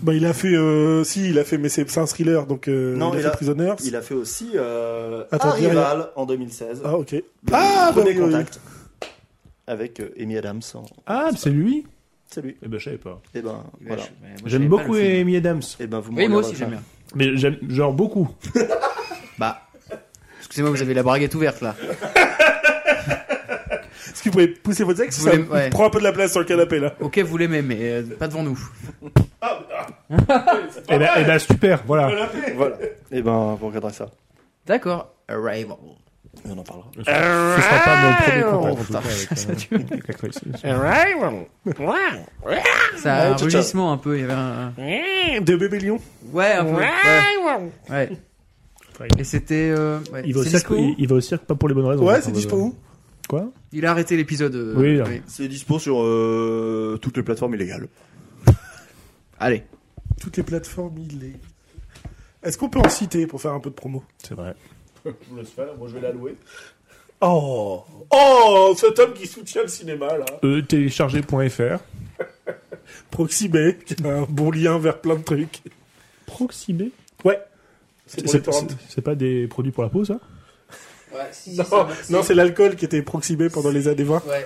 Bah, il a fait. euh, si, il a fait, mais c'est c'est un thriller, donc. euh,
Non,
il a
il
fait
a-
Prisoners.
Il a fait aussi euh,
Attends,
Un
dis rien.
rival en 2016.
Ah, ok.
Le
Ah, bah
premier
oui, oui.
contact avec euh, Amy Adams. en-
Ah, c'est lui
C'est lui.
Eh ben, je savais pas.
Et ben voilà.
J'aime beaucoup Amy Adams.
Et ben vous me
Oui, moi
regarderez
aussi,
ça.
j'aime bien.
Mais j'aime, genre, beaucoup.
Bah. Excusez-moi, vous avez la braguette ouverte là.
Est-ce que vous pouvez pousser votre sexe
Vous
Ça
voulez- ouais.
prend un peu de la place sur le canapé, <laughs> là.
Ok, vous l'aimez, mais euh, pas devant nous.
Eh ben, eh ben, super, voilà.
Voilà. Et ben vous regarderez ça.
D'accord. Arrival.
Et on en parlera.
Ce sera pas mon premier contact, en tout cas, <laughs> avec, euh, avec l'actrice.
Ça a
Ouais,
un
ciao, ciao.
rugissement un peu. Il y avait un. un-
De bébé lion.
Ouais, un peu. Ah, Ouais. Ouais.
Enfin,
Et c'était. euh, ouais.
Il va, au
C'est
cirque,
dispo
il, il va au cirque pas pour les bonnes raisons.
Ouais,
Enfin,
c'est
euh,
dispo où
Quoi
Il a arrêté l'épisode. euh,
Oui, là.
C'est dispo sur euh, toutes les plateformes illégales.
Allez.
Toutes les plateformes, il est. Est-ce qu'on peut en citer pour faire un peu de promo
C'est vrai.
Je vous laisse faire. Moi je vais la louer.
Oh Oh Cet homme qui soutient le cinéma, là.
Euh, télécharger.fr.
Proxibé, qui a un bon lien vers plein de trucs.
Proxibé
Ouais.
C'est,
pour les
c'est,
torrents.
c'est pas des produits pour la peau, ça
Ouais, si, <laughs>
Non, non, c'est l'alcool qui était Proxibé pendant les années 20.
Ouais.